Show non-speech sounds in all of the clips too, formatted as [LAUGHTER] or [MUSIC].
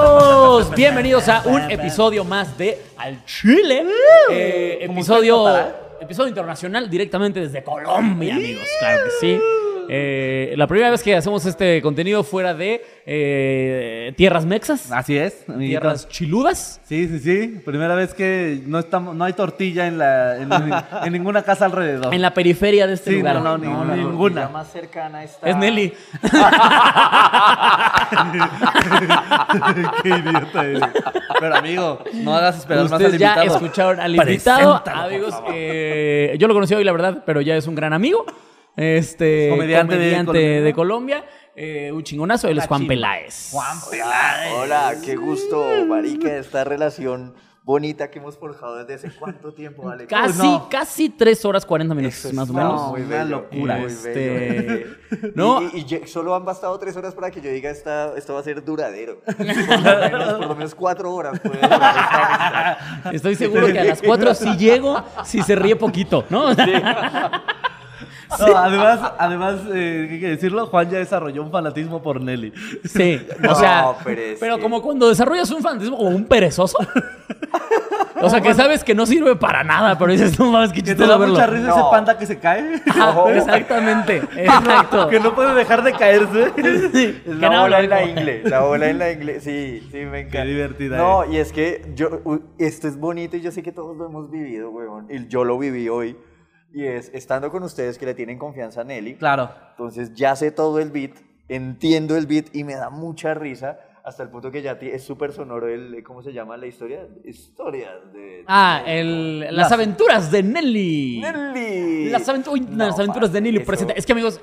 todos, bienvenidos a un episodio más de Al Chile. Eh, Como episodio, usted notará. episodio internacional directamente desde Colombia, amigos, claro que sí. Eh, la primera vez que hacemos este contenido fuera de eh, tierras mexas, Así es, amiguitos. tierras chiludas. Sí, sí, sí. Primera vez que no estamos, no hay tortilla en la, en, en- en ninguna casa alrededor. En la periferia de este Sí, lugar. no, no, ni- ninguna. La más cercana está. Es [LAUGHS] Nelly. Qué idiota eres. Ah, Pero amigo, no hagas esperar más al Ustedes ya invitado. escucharon al Preséntalo, invitado. Amigos, eh, yo lo conocí hoy, la verdad, pero ya es un gran amigo. Este comediante, Comediante de de, Colombia. Colombia. eh, un chingonazo, él es Juan Cachín. Peláez. Juan Hola, Peláez. [LAUGHS] hola, qué gusto, Marica, esta relación bonita que hemos forjado desde hace cuánto tiempo, Alex. Casi, no. casi 3 horas 40 minutos, Eso más o está menos. muy Una bello, locura. muy Este, bello. [LAUGHS] no. Y, y- y ye- solo han bastado tres horas para que yo diga esta, esto va a [LAUGHS] ser duradero. Por lo menos, por lo menos cuatro horas. puede durar esta amistad. Estoy seguro que a las 4 [LAUGHS] sí llego, si se ríe poquito, ¿no? No, además, además eh, hay que decirlo, Juan ya desarrolló un fanatismo por Nelly. [LAUGHS] Sí, o No, sea, pero, pero es que- como cuando desarrollas un fanatismo como un [LAUGHS] perezoso. O sea, que sabes que no sirve para nada, pero dices, no mames, qué Que te chistoso da mucha verlo. risa No. ese panda que se cae. Ajá, [LAUGHS] Ojo. exactamente, exacto. que no puede dejar de caerse. Sí, que La no, bola en la loco. ingle, la bola en la ingle, sí, sí, me encanta. divertida No, y es que yo, u- esto es bonito y yo sé que todos lo hemos vivido, weón, y yo lo viví hoy, y es estando con ustedes que le tienen confianza a Nelly, Claro. entonces ya sé todo el beat, entiendo el beat y me da mucha risa, hasta el punto que ya ti- es súper sonoro el, eh, ¿cómo se llama la historia? Historias de... Ah, el, las, Las- aventuras de Nelly. Nelly. Las, aventu- uy, No, las aventuras de parce, Nelly eso- presenta. Es que, amigos,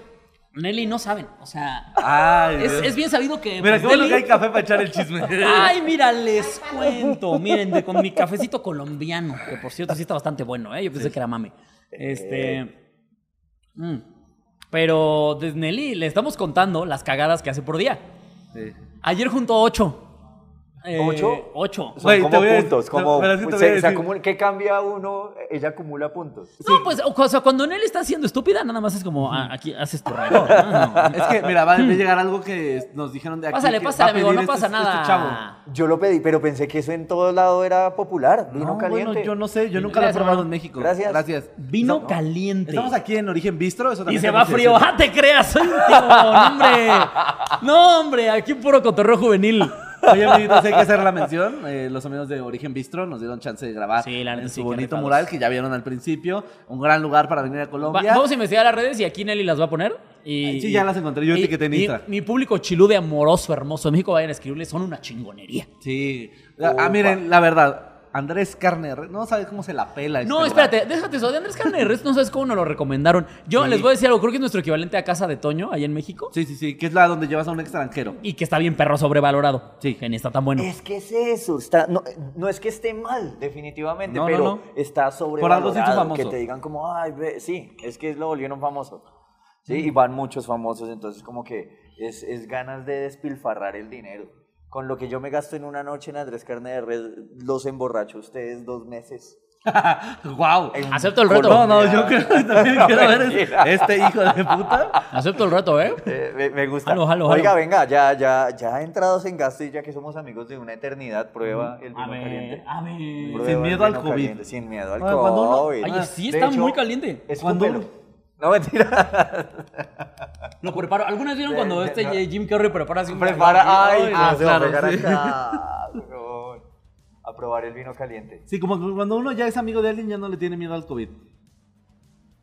Nelly no saben, o sea, Ay, es, Dios. es bien sabido que. Mira, pues, qué bueno Nelly- que hay café para echar el chisme. Ay, mira, les cuento. Miren, de- con mi cafecito colombiano, que por cierto sí está bastante bueno, ¿eh? Yo pensé que era mame. Eh. Este. mm. Pero de Nelly le estamos contando las cagadas que hace por día. Sí. Ayer Eh, junto a 8. ¿Ocho? 8. Son Güey, te como voy a- puntos, no, como... pues pero sí te voy a se- se decir. acumula- ¿Qué cambia uno? Ella acumula puntos. No, pues, o o sea, cuando Nelly está siendo estúpida, nada más es como, ah, aquí haces tu reloj. ¿no? No. Es que, mira, va a llegar algo que nos dijeron de aquí. Pásale, que va a pásale, amigo, pedir no este- pasa este nada. chavo. Yo lo pedí, pero pensé que eso en todo lado era popular. Vino No, caliente. bueno, yo no sé, yo nunca lo he Gracias, probado hermano. en México. Gracias. Gracias. Vino Estamos- caliente. Estamos aquí en Origen Bistro, eso Y también se va tenemos que frío. decirlo. ¡Ah, te creas! Soy un tío! ¡No, hombre! ¡No, hombre! Aquí puro cotorreo juvenil. Oye, amiguitos, hay que hacer la mención. eh, los amigos de Origen Bistro nos dieron chance de grabar Sí, la neta, en sí, su qué bonito rifados. mural que ya vieron al principio. Un gran lugar para venir a Va- Colombia. vamos a investigar las redes y aquí Nelly las va a poner. Y, Sí, ya las encontré, yo y- etiqueté en y Insta. Mi público chilú de amoroso, hermoso de México, vayan a escribirle, son una chingonería. Sí. Ah, miren, la verdad, Andrés Carner, no sabes cómo se la pela. este No, lugar. espérate, déjate eso. De Andrés Carne de Res, no sabes cómo nos lo recomendaron. Yo Sí. les voy a decir algo, creo que es nuestro equivalente a Casa de Toño, allá en México. Sí, sí, sí, que es la donde llevas a un extranjero. Y que está bien perro sobrevalorado. Sí. Que ni está tan bueno. Es que es eso. Está, no, no es que esté mal, definitivamente, No, no, pero no. está Por sobrevalorado. algo se hizo famoso. Que te digan como, ay, ve", sí, es que lo volvieron famoso. Sí, y van muchos famosos, entonces como que es, es ganas de despilfarrar el dinero. Con lo que yo me gasto en una noche en Andrés Carne de Res, los emborracho ustedes dos meses. ¡Wow! En Acepto el reto. No, no, yo creo que también [LAUGHS] No, quiero ver mentira. es- este hijo de puta. Acepto el reto, ¿eh? Eh, me, me gusta. Jalo, jalo, Oiga, jalo. venga, ya, ya, ya entrados en gasto y ya que somos amigos de una eternidad, prueba el vino caliente. a ver. Prueba Mm, Sin el miedo vino al COVID. caliente, sin miedo al Ah, cuando uno- COVID. Ay, Ah, sí de está hecho, muy caliente. Cuando Escúpelo. uno- [LAUGHS] No, [LAUGHS] mentira. Lo preparo. ¿Algunas vieron De- cuando de- este no. Jim Carrey prepara así un Prepara. Ay, ah, no se va a claro, pegar [LAUGHS] sí. acá, weón. A probar el vino caliente. Sí, como que cuando uno ya es amigo de alguien ya no le tiene miedo al COVID.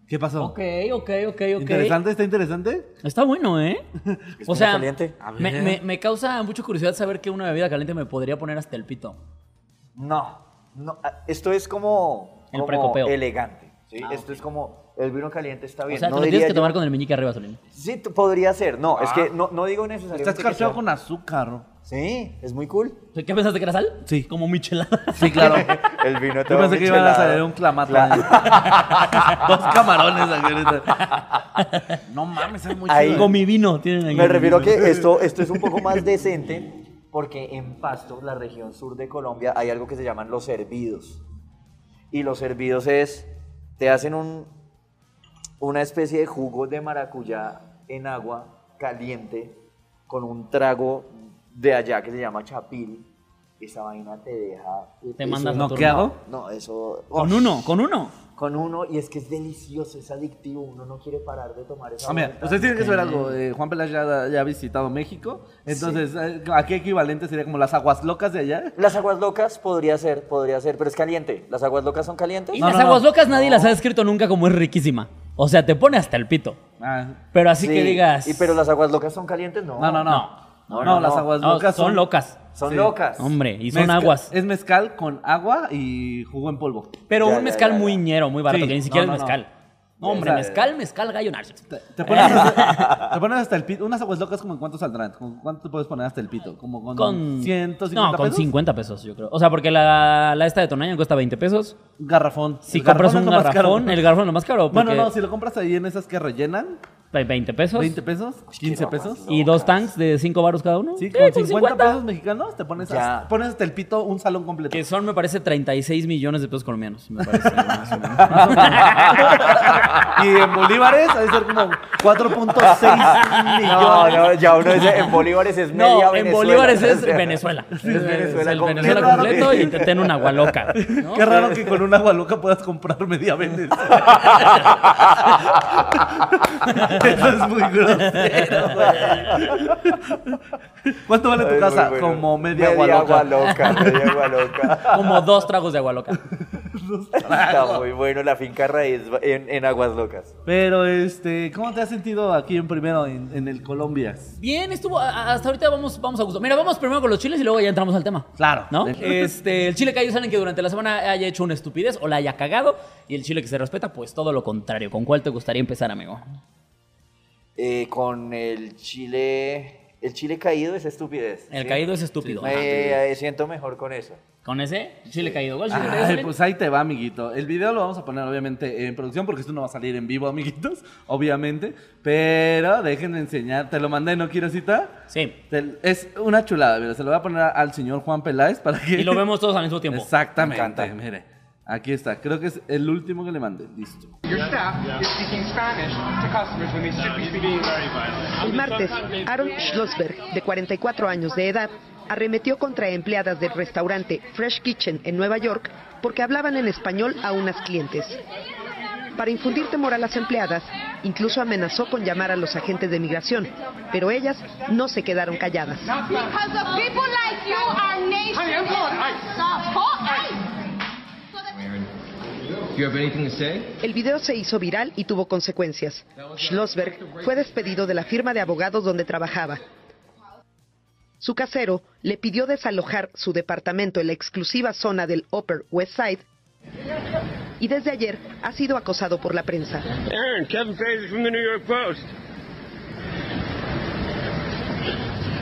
¿Qué pasó? Ok, ok, ok, ok. ¿Interesante? ¿Está interesante? Está bueno, [LAUGHS] ¿eh? Es o muy sea, caliente. A Me, ver. me- me causa mucha curiosidad saber que una bebida caliente me podría poner hasta el pito. No, no. ah, Esto es como, El como precopeo. Ah, elegante. ¿sí? Esto es como el vino caliente está bien. o sea, no te lo tienes diría que yo- tomar con Ah. el meñique arriba, Solín. Sí, t- podría ser. No, es que no, no digo necesariamente. Estás que cargado sea- con azúcar. Sí, es muy cool. O sea, ¿Qué pensaste que era sal? Sí. Como michelada. [LAUGHS] Sí, [LAUGHS] claro. El vino Yo pensé que iban a salir un clamato. [LAUGHS] Dos camarones aquí ahorita. No mames, es muy Ahí- chido. Con mi vino tienen ahí. Me refiero a que esto, esto es un poco más decente porque en Pasto, la región sur de Colombia, hay algo que se llaman los hervidos. Y los hervidos es, te hacen un, una especie de jugo de maracuyá en agua caliente con un trago de allá que se llama chapil. esa vaina te deja. Te eso- mandas ¿No a tu qué hago? No, eso. Con uf, uno, con uno. Con uno, y es que es delicioso, es adictivo. Uno no quiere parar de tomar esa Ah, mira, vaina. ustedes tienen que saber algo. eh, Juan Pelas ya, ya ha visitado México. Entonces, eh, ¿a qué equivalente sería como las aguas locas de allá? Las aguas locas podría ser, podría ser, pero es caliente. ¿Las aguas locas son calientes? Y No, las no, no. aguas locas nadie las ha descrito nunca como es riquísima. O sea, te pone hasta el pito. Ah, Pero así Sí, que digas. ¿Y pero las aguas locas son calientes? No. no, no, no. No. No, No, no, las no. aguas No, locas son, son, locas. Son Sí. locas. Hombre, y son mezcal- aguas. Es mezcal con agua y jugo en polvo. Pero Ya, un ya, mezcal ya, ya. muy ñero, muy barato, Sí, que ni siquiera no, es no, no. mezcal. No, hombre, O sea, mezcal, mezcal, gallo, narcis. Te pones, Eh. [LAUGHS] hasta, te pones hasta el pito. Unas aguas locas, ¿como en cuánto saldrán? ¿Con cuánto te puedes poner hasta el pito? ¿Como con, Con 150 No, con pesos? 50 pesos, yo creo. O sea, porque la, la esta de Tonayan cuesta 20 pesos. Un garrafón. Si El compras garrafón es un lo más caro. garrafón, el garrafón es lo más caro. Bueno, porque no, si lo compras ahí en esas que rellenan, ve- 20 pesos. 20 pesos, 15 pesos. y dos tanks de 5 baros cada uno. Sí, Sí, con 50, pesos mexicanos te pones, Ya. hasta, pones hasta el pito un salón completo. Que son, me parece, 36 millones de pesos colombianos. Me parece. [LAUGHS] más o menos. y en bolívares ha de ser como 4.6 millones. No, no, ya uno dice, en bolívares es media No, en Venezuela. [LAUGHS] bolívares es O sea, Venezuela. Es Venezuela el completo. Venezuela completo y te ten una gualoca. ¿no? Qué raro que con un agua loca puedas comprar media [LAUGHS] Venezuela. Eso es muy grosero, güey. ¿Cuánto vale tu es muy casa? bueno. Como media, Media agua agua loca. loca, media agua loca. [LAUGHS] Como dos tragos de gualoca. Está muy bueno la finca raíz en, en aguas locas. Pero, este, ¿cómo te has sentido aquí en primero, en, en el Colombia? Bien, estuvo. a- a- Hasta ahorita vamos, vamos a gusto. Mira, vamos primero con los chiles y luego ya entramos al tema. Claro. ¿No? De- Este, el chile que ellos saben que durante la semana haya hecho una estupidez o la haya cagado. Y el chile que se respeta, pues todo lo contrario. ¿Con cuál te gustaría empezar, amigo? Eh, con el chile... El chile caído es estupidez. El ¿sí? caído es estúpido. Ajá. Ah, Me eh, siento mejor con eso. ¿Con ese? Chile caído. ¿Cuál chile caído? Ay, Ah, Solín? pues ahí te va, amiguito. El video lo vamos a poner, obviamente, en producción, porque esto no va a salir en vivo, amiguitos, [LAUGHS] obviamente. Pero déjenme enseñar. Te lo mandé, ¿no quiero cita? Sí. Te- es una chulada, mira. Se lo voy a poner al señor Juan Peláez para que... Y lo [LAUGHS] vemos todos al mismo tiempo. Exactamente. Me encanta. Mire, aquí está. Creo que es el último que le mandé. Listo. Your staff is speaking Spanish to customers when they should be speaking English. El martes, Aaron Schlossberg, de 44 años de edad, arremetió contra empleadas del restaurante Fresh Kitchen en Nueva York porque hablaban en español a unas clientes. Para infundir temor a las empleadas, incluso amenazó con llamar a los agentes de migración, pero ellas no se quedaron calladas. Because of people like you, our nation. Honey, I'm calling ICE. Stop. Call ICE. So that- You have anything to say? El video se hizo viral y tuvo consecuencias. Schlossberg fue despedido de la firma de abogados donde trabajaba. Su casero le pidió desalojar su departamento en la exclusiva zona del Upper West Side y desde ayer ha sido acosado por la prensa. Aaron, Kevin Frazier from the New York Post.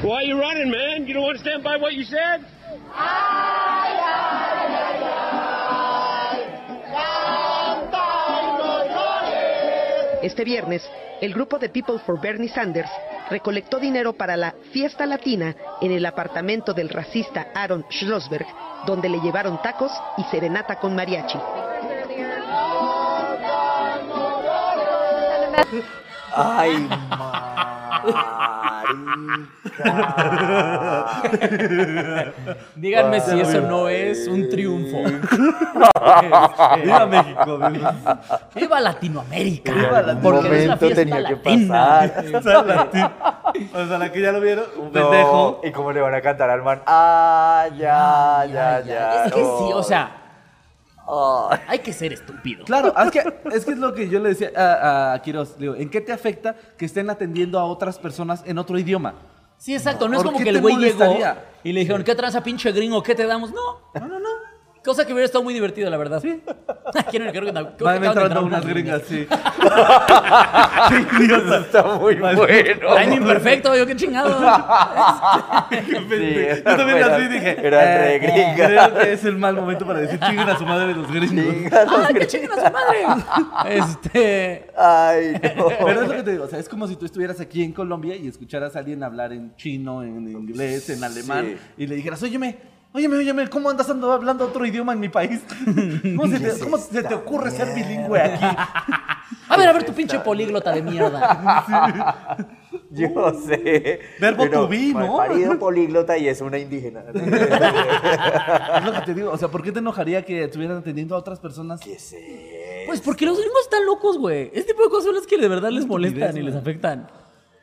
Why are you running, man? You don't want to stand by what you said? Este viernes, el grupo de People for Bernie Sanders recolectó dinero para la fiesta latina en el apartamento del racista Aaron Schlossberg, donde le llevaron tacos y serenata con mariachi. [LAUGHS] Ay, marica. Díganme si Ay, eso no es un triunfo. Viva México, viva. [LAUGHS] ¡Viva Latinoamérica! Viva Latinoamérica. Porque es la Momento fiesta tenía que latina. pasar. Está latín. O sea, la que ya lo vieron, un pendejo. No, ¿Y cómo le van a cantar al man? Ah, ya, ya, Ya, ya. ya. Es que sí, o no. sea, Ay. hay que ser estúpido. Claro, es que, es que es lo que yo le decía a, a Quiroz. Digo, ¿en qué te afecta que estén atendiendo a otras personas en otro idioma? Sí, exacto. No es ¿Por como qué que el te güey llegó molestaría? y le dijeron, ¿qué tranza pinche gringo? ¿Qué te damos? No. No, no, no. Cosa que hubiera estado muy divertido, la verdad. Sí. [LAUGHS] Quiero, creo que, creo que Van acaban de entrar entrando unas gringas, sí. [LAUGHS] [LAUGHS] Qué idiota. Está muy Vale. bueno. Timing perfecto, yo qué [LAUGHS] Ah, chingado. Yo también las vi y dije. Era re eh, gringa. Creo que es el mal momento para decir chinguen a su madre los gringos. ¡Ah, qué chinguen a su madre! Este. Ay, no. Pero es lo que te digo, o sea, es como si tú estuvieras aquí en Colombia y escucharas a alguien hablar en chino, en inglés, en alemán, Sí. y le dijeras, óyeme, óyeme, óyeme, ¿cómo andas ando hablando otro idioma en mi país? ¿Cómo se te, cómo se te ocurre ser bilingüe aquí? A ver, a ver tu pinche políglota de mierda. Yo sé. Verbo pero to be, ¿no? malparido, políglota y es una indígena. Es lo que te digo. O sea, ¿por qué te enojaría que estuvieran atendiendo a otras personas? ¿Qué es eso? Pues porque los gringos están locos, güey. Este tipo de cosas son las que de verdad les molestan y les afectan.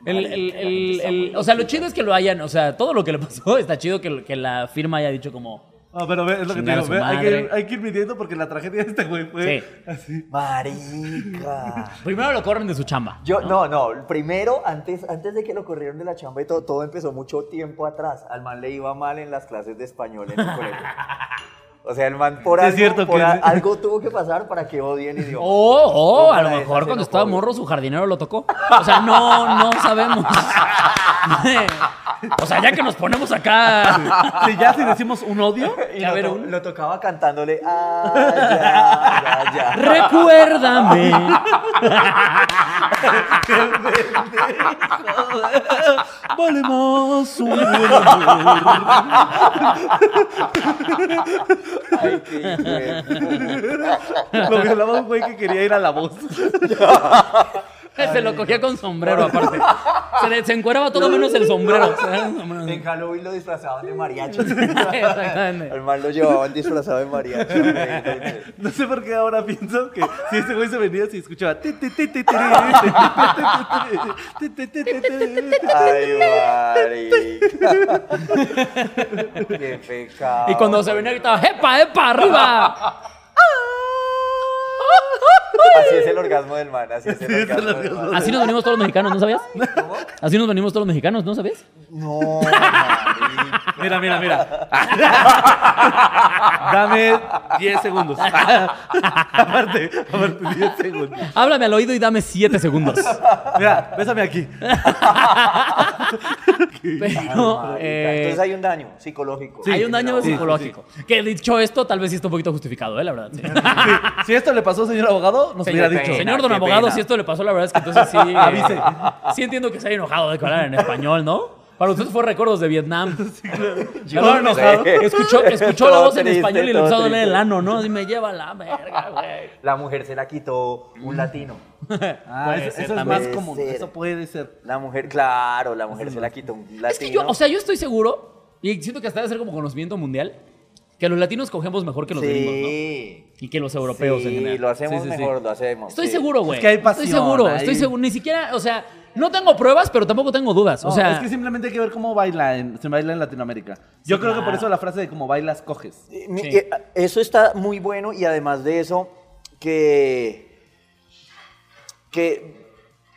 El- el- el- el- o sea, lo chido es que lo hayan, o sea, todo lo que le pasó [LAUGHS] está chido que, que la firma haya dicho como, Ah, pero ve, es lo que te Chingar a su digo. ve, hay, que, ir- madre. hay que ir midiendo porque la tragedia de este güey fue Sí. así. Marica. primero lo corren de su chamba. Yo, no, no, primero, antes, antes de que lo corrieron de la chamba y todo, todo empezó mucho tiempo atrás. Al man le iba mal en las clases de español en el colegio. O sea, el man por, Sí, es algo, cierto por que- a- algo tuvo que pasar para que odie el idioma. O, o, O Oh, a lo para mejor esa cuando estaba xenofobia. morro su jardinero lo tocó. O sea, no, no sabemos. o sea, ya que nos ponemos acá. Si ya si decimos un odio, [LAUGHS] Y ya lo, ver to- un- lo tocaba cantándole, ah, ya, ya, ya. Recuérdame. vale más un buen amor. Ay, qué güey. Lo que hablaba un güey que quería ir a la voz. Se lo cogía con sombrero aparte. Se, le- se encueraba todo menos el sombrero. [LAUGHS] Se daba el sombrero. En Halloween lo disfrazaban de mariachi. Exactamente. El man lo llevaban disfrazado de mariachi. güey. No sé por qué ahora pienso que si este güey se venía, si escuchaba. ti, ti, ti, ti, ti, ti, ti, ti, ti, ti, ti, ti, ti, ti, ti, ti. Ay, marica. Qué pecado. Y cuando se venía gritaba, ¡epa, epa, arriba! [LAUGHS] Así es el orgasmo del man, así es el es el orgasmo, del orgasmo man. Así nos venimos todos los mexicanos, ¿no sabías? Así nos venimos todos los mexicanos, ¿no sabías? No, marica. Mira, mira, [LAUGHS] mira. Dame 10 [LAUGHS] segundos. aparte, aparte, 10 segundos. Háblame al oído y dame siete [LAUGHS] segundos. Mira, bésame aquí. Pero Marica, eh, Entonces hay un daño psicológico. hay un daño No, psicológico. Que dicho esto, tal vez sí está un poquito justificado, ¿eh? La verdad. sí. [LAUGHS] Sí, si esto le pasó, señor abogado, nos hubiera dicho. Señor don qué abogado, pena. si esto le pasó, la verdad es que entonces sí. eh, Avise. sí entiendo que se haya enojado de que hablaran en español, ¿no? Para usted fue recuerdos de Vietnam. Yo Claro, no enojado. sé. Escuchó, escuchó la Todo voz en triste, español y le todo empezó a doler el triste. ano, ¿no? Así me lleva la verga, güey. La mujer se la quitó un latino. Ah, Pues, Puede eso, ser eso es también. más Puede común. ser. Eso puede ser. La mujer, claro, la mujer se la quitó un latino. Es que yo, o sea, yo estoy seguro, y siento que hasta debe ser como conocimiento mundial, que los latinos cogemos mejor que los gringos, ¿no? sí. Y que los europeos en general. Sí, lo hacemos Sí, sí, sí. mejor, lo hacemos. Estoy sí. seguro, güey. Es que hay pasión Estoy seguro, ahí. estoy seguro. Ni siquiera, o sea, no tengo pruebas, pero tampoco tengo dudas. No, o sea, es que simplemente hay que ver cómo baila en, se baila en Latinoamérica. Yo creo que por claro. eso la frase de cómo bailas coges. Eh, mi- Sí. eh, Eso está muy bueno y además de eso, que, que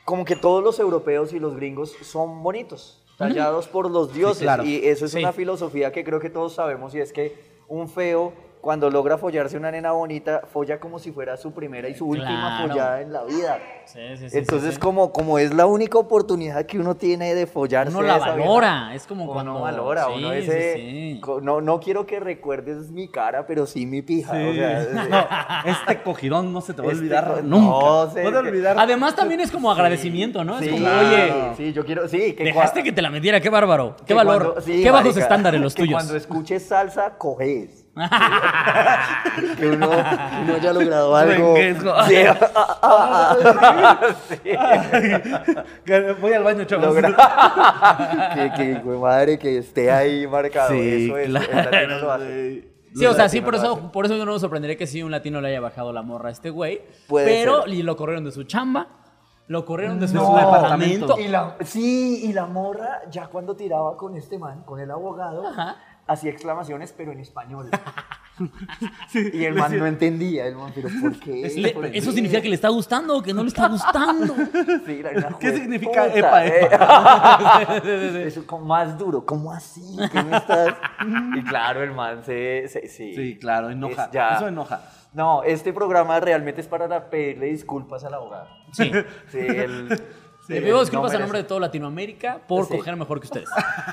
como que todos los europeos y los gringos son bonitos, tallados por los dioses. claro. Y eso es Sí. una filosofía que creo que todos sabemos y es que un feo cuando logra follarse una nena bonita, folla como si fuera su primera y su última Claro. follada en la vida. sí, sí, sí, Entonces, sí, sí. Como, como es la única oportunidad que uno tiene de follarse. Uno la esa vieja, valora, es como uno cuando- valora, sí, uno sí, ese, sí. co- no, no quiero que recuerdes mi cara, pero sí mi pija. o sea, [LAUGHS] es- No, este cogidón no se te va a Este olvidar co- nunca. no, No te sé va a que- olvidar. Además también es como agradecimiento, ¿no? sí, es como, claro, oye, sí, yo quiero, sí, que dejaste cua- que te la metiera, qué bárbaro, qué que valor, cuando- sí, qué bajos marica, estándares los [LAUGHS] que tuyos. [LAUGHS] Cuando escuches salsa, coges. que uno, uno [LAUGHS] haya logrado algo. Renguesco. [LAUGHS] Sí. Sí. Ay, [LAUGHS] Voy al baño, chavos. Logra- que, que hijo de madre que esté ahí marcado. Sí, eso es, el claro, latino lo hace. Sí, o sea, sí, latinos por lo eso, hacen. por eso yo no me sorprendería que sí un latino le haya bajado la morra a este güey. Puede pero ser. y lo corrieron de su chamba, lo corrieron de su No. departamento. Y la- sí, y la morra, ya cuando tiraba con este man, con el abogado, Ajá. hacía exclamaciones, pero [LAUGHS] en español. y el man no entendía, el man, pero ¿por qué? Le- ¿Por eso qué? significa que le está gustando o que no le está gustando. [LAUGHS] Sí, era una ¿Qué jue- significa epa, puta, eh. [LAUGHS] sí. [LAUGHS] Eso como más duro, ¿cómo así? ¿Qué [LAUGHS] me estás? Y claro, el man se... se- sí. Sí, claro, enoja. Es ya- Eso enoja. No, este programa realmente es para la- pedirle disculpas al abogado. Sí. [LAUGHS] Sí, el- sí, Le el Eh, pido disculpas no a nombre de merece. toda Latinoamérica por Sí. coger mejor que ustedes.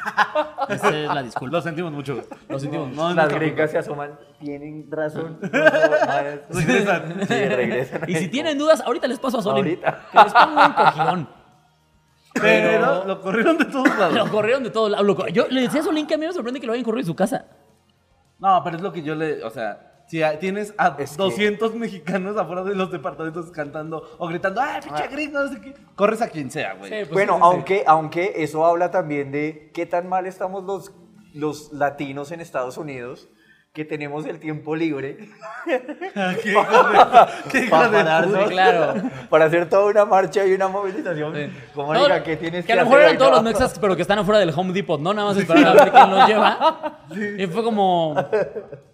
[LAUGHS] Esa es la disculpa. Lo sentimos mucho. Lo sentimos. No, no, Las no, gringas se asoman, tienen [LAUGHS] razón. no, no, no, Regresan. Sí, regresan. Y si tienen dudas, ahorita les paso a Solín. Ahorita. Que les pongo un [LAUGHS] cojidón. Pero lo corrieron de todos lados. Lo corrieron de todos lados. Lo co- Yo le decía a Solín que a mí me sorprende que lo hayan corrido de su casa. No, pero es lo que yo le. O sea, Si a- tienes a Es que- 200 mexicanos afuera de los departamentos cantando o gritando, ¡ah, pinche gringo! No sé qué. Corres a quien sea, güey. Sí, pues bueno, sí, sí, sí. aunque, aunque eso habla también de qué tan mal estamos los, los latinos en Estados Unidos, que tenemos el [LAUGHS] tiempo libre [LAUGHS] ¿Qué [LAUGHS] hijo de- qué hijo para de pararnos, puta. Sí, claro. para hacer toda una marcha y una movilización. Como No, diga, ¿qué tienes que, que a lo hacer mejor eran hoy? todos los No. mexas, pero que están afuera del Home Depot, ¿no? Nada más esperaban a ver quién los [LAUGHS] lleva. Y fue como.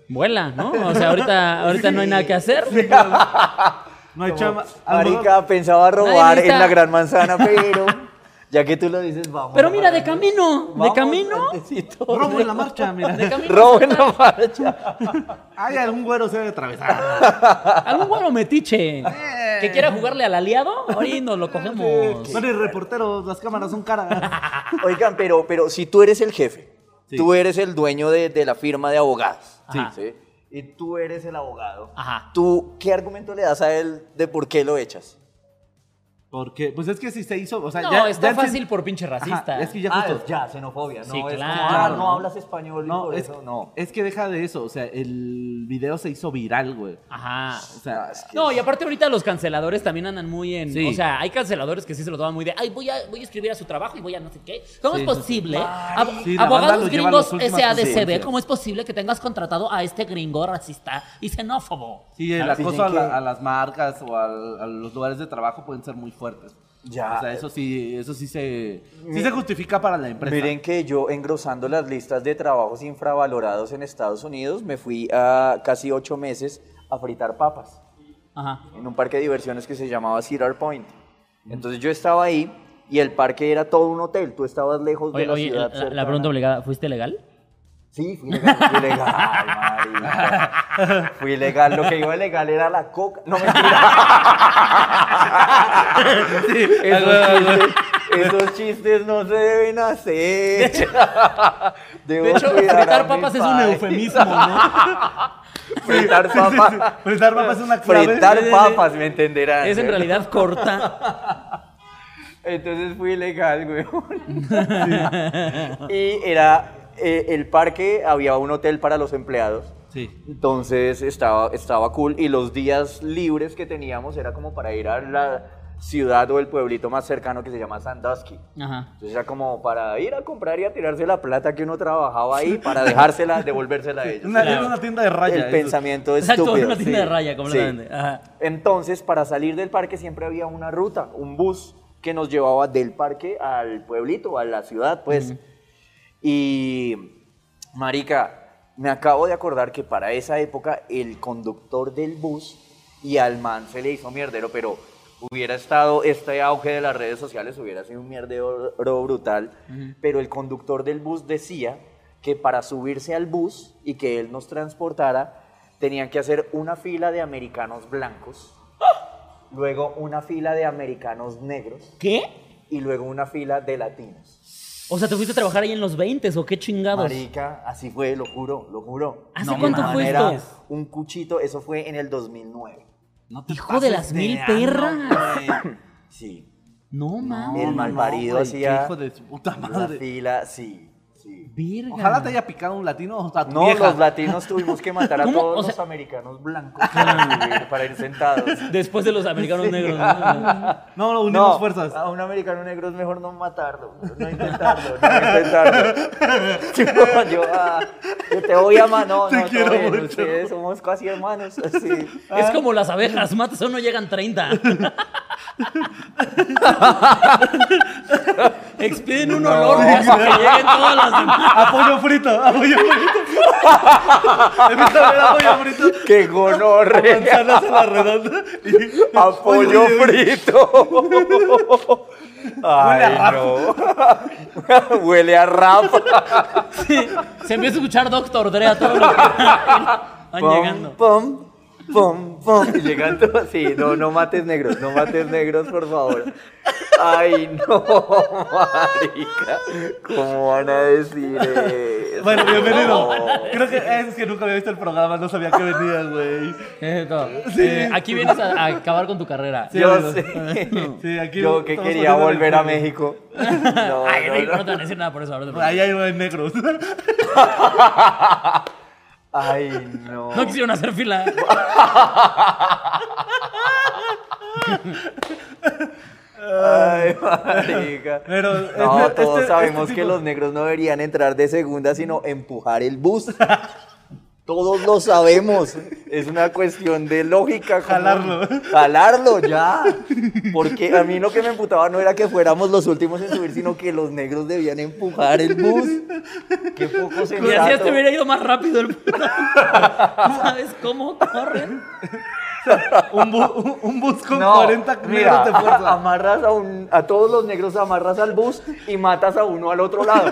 Vuela, ¿no? O sea, ahorita, ahorita no hay nada que hacer. No hay Como, chama. A lo mejor- Marica, pensaba robar necesita- en la Gran [LAUGHS] Manzana, pero ya que tú lo dices, vamos. Pero mira, para de allá. camino, de Vamos, camino. antecito. Robo en la marcha, mira. De camino. [LAUGHS] Robo en la marcha. Ay, algún güero se debe atravesar. [LAUGHS] Algún bueno metiche Eh. que quiera jugarle al aliado, ahorita nos [LAUGHS] lo cogemos. No eres reportero, las cámaras son caras. Oigan, pero, pero si tú eres el jefe, Sí. tú eres el dueño de, de la firma de abogados. Ajá. ¿sí? Y tú eres el abogado. Ajá. ¿Tú qué argumento le das a él de por qué lo echas? Porque, pues es que si se hizo, o sea, No, ya- está ya el sen- fácil por pinche racista. Ajá, es que ya justo, Ah, ya, xenofobia. No, Sí, es como, claro. ah, no ¿no? hablas español y no, por es, eso no. es que deja de eso, o sea, el video se hizo viral, güey. Ajá. O Ah, sea, No, y aparte ahorita los canceladores también andan muy en... Sí. O sea, hay canceladores que sí se lo toman muy de... Ay, voy a, voy a escribir a su trabajo y voy a no sé qué. ¿Cómo Sí, es posible? Ab- Sí, la abogados banda lo lleva a las gringos últimas SADCB, consecuencias. ¿cómo es posible que tengas contratado a este gringo racista y xenófobo? sí, el Ah, sí, acoso a, ¿en la- qué? a las marcas o al- a los lugares de trabajo pueden ser muy fuertes. Ya. O sea, eso sí, eso sí se, sí Mi- se justifica para la empresa. [LAUGHS] Miren que yo engrosando las listas de trabajos infravalorados en Estados Unidos me fui a casi ocho meses a fritar papas. Ajá. en un parque de diversiones que se llamaba Cedar Point. Mm. Entonces yo estaba ahí y el parque era todo un hotel. Tú estabas lejos de Oye, la oye, la, ciudad. la- la cercana. pregunta obligada, ¿fuiste legal? Sí, fui legal, [LAUGHS] fui legal, marica. Fui legal. Lo que iba legal era la coca. [LAUGHS] No, mentira. esos, chistes, esos chistes no se deben hacer. Debo De hecho, cuidar a fritar mi papas es un padre. eufemismo, ¿no? [LAUGHS] Fritar papas. Fritar papas es una clave. Fritar papas, me Ah, entenderán. Es en ¿cierto? realidad corta. Entonces fui [LAUGHS] ilegal, güey. y era eh, el parque, había un hotel para los empleados. [LAUGHS] Sí. Entonces estaba, estaba cool. Y los días libres que teníamos era como para ir a la ciudad o el pueblito más cercano que se llama Sandusky. Ajá. Entonces era como para ir a comprar y a tirarse la plata que uno trabajaba ahí para dejársela, devolvérsela a ellos. Una, Claro. Era una tienda de raya. el eso. pensamiento Exacto, estúpido. una tienda sí, de raya sí. completamente. Ajá. Entonces, para salir del parque siempre había una ruta, un bus que nos llevaba del parque al pueblito, a la ciudad, pues. Y, marica, me acabo de acordar que para esa época el conductor del bus y al man se le hizo mierdero, pero hubiera estado este auge de las redes sociales, hubiera sido un mierdero brutal, pero el conductor del bus decía que para subirse al bus y que él nos transportara, tenían que hacer una fila de americanos blancos, luego una fila de americanos negros ¿Qué? y luego una fila de latinos. O sea, ¿te fuiste a trabajar ahí en los 20 o qué chingados? Marica, así fue, lo juro, lo juro. ¿Hace cuánto mi fue hermana esto? era Un cuchito, eso fue en el 2009. No te Hijo de pases las mil ano, perras. güey. Sí. No, mames. el mal marido güey, qué hacía Hijo de su puta una madre. fila, sí, sí. Verga. Ojalá te haya picado un latino o sea, tu No, vieja. los latinos tuvimos que matar a ¿Cómo? todos O sea- los americanos blancos para ir, para [LAUGHS] ir sentados. Después de los americanos negros. ¿no? No, unimos No, fuerzas. A un americano negro es mejor no matarlo, no intentarlo, no intentarlo. [LAUGHS] yo, yo, ah, yo te voy a mano, Te no, todo quiero bien, mucho. ustedes somos casi hermanos, así. Es Ah. como las abejas, matas a uno llegan 30. Expiden un olor hasta que lleguen todas las demás. Apoyo frito, apoyo frito. [LAUGHS] Empieza a ver apoyo frito. ¡Qué gonorrea! Manzanas a la redonda. Y... Apoyo Oye, [LAUGHS] frito. Ay, no. [LAUGHS] Huele a rap. Sí, Se empieza a escuchar Doctor Dre a todo lo [LAUGHS] que van Pum, llegando. Pum, pum, pum. Y Llegan todos así. No, no mates negros. No mates negros, por favor. Ay, no, [LAUGHS] marica. ¿Cómo van a decir eso? Bueno, bienvenido. No. Creo que es que nunca había visto el programa, no sabía que venía, güey. Eh, no. Eh, aquí vienes a, a acabar con tu carrera. [LAUGHS] Sí, Yo amigo. sé. Sí, aquí Yo que estamos quería poniendo volver a el- México. No, Ay, no, no, no. no te van a decir nada por eso. ahora te preocupes. Ahí hay nueve negros. Ay, no. No quisieron hacer [LAUGHS] fila. Ay, [LAUGHS] marica. Pero, no, este- todos este- sabemos este que tipo- los negros no deberían entrar de segunda, sino empujar el bus. todos lo sabemos. Es una cuestión de lógica. como- Jalarlo. Jalarlo, ya. Porque a mí lo que me emputaba no era que fuéramos los últimos en subir, sino que los negros debían empujar el bus. Qué poco Y así sensato. este hubiera ido más rápido el puto. [LAUGHS] ¿Sabes cómo corren? Un, bu- un- un bus con No, 40 mira, metros de fuerza. amarras a, un, a todos los negros, amarras al bus y matas a uno al otro lado.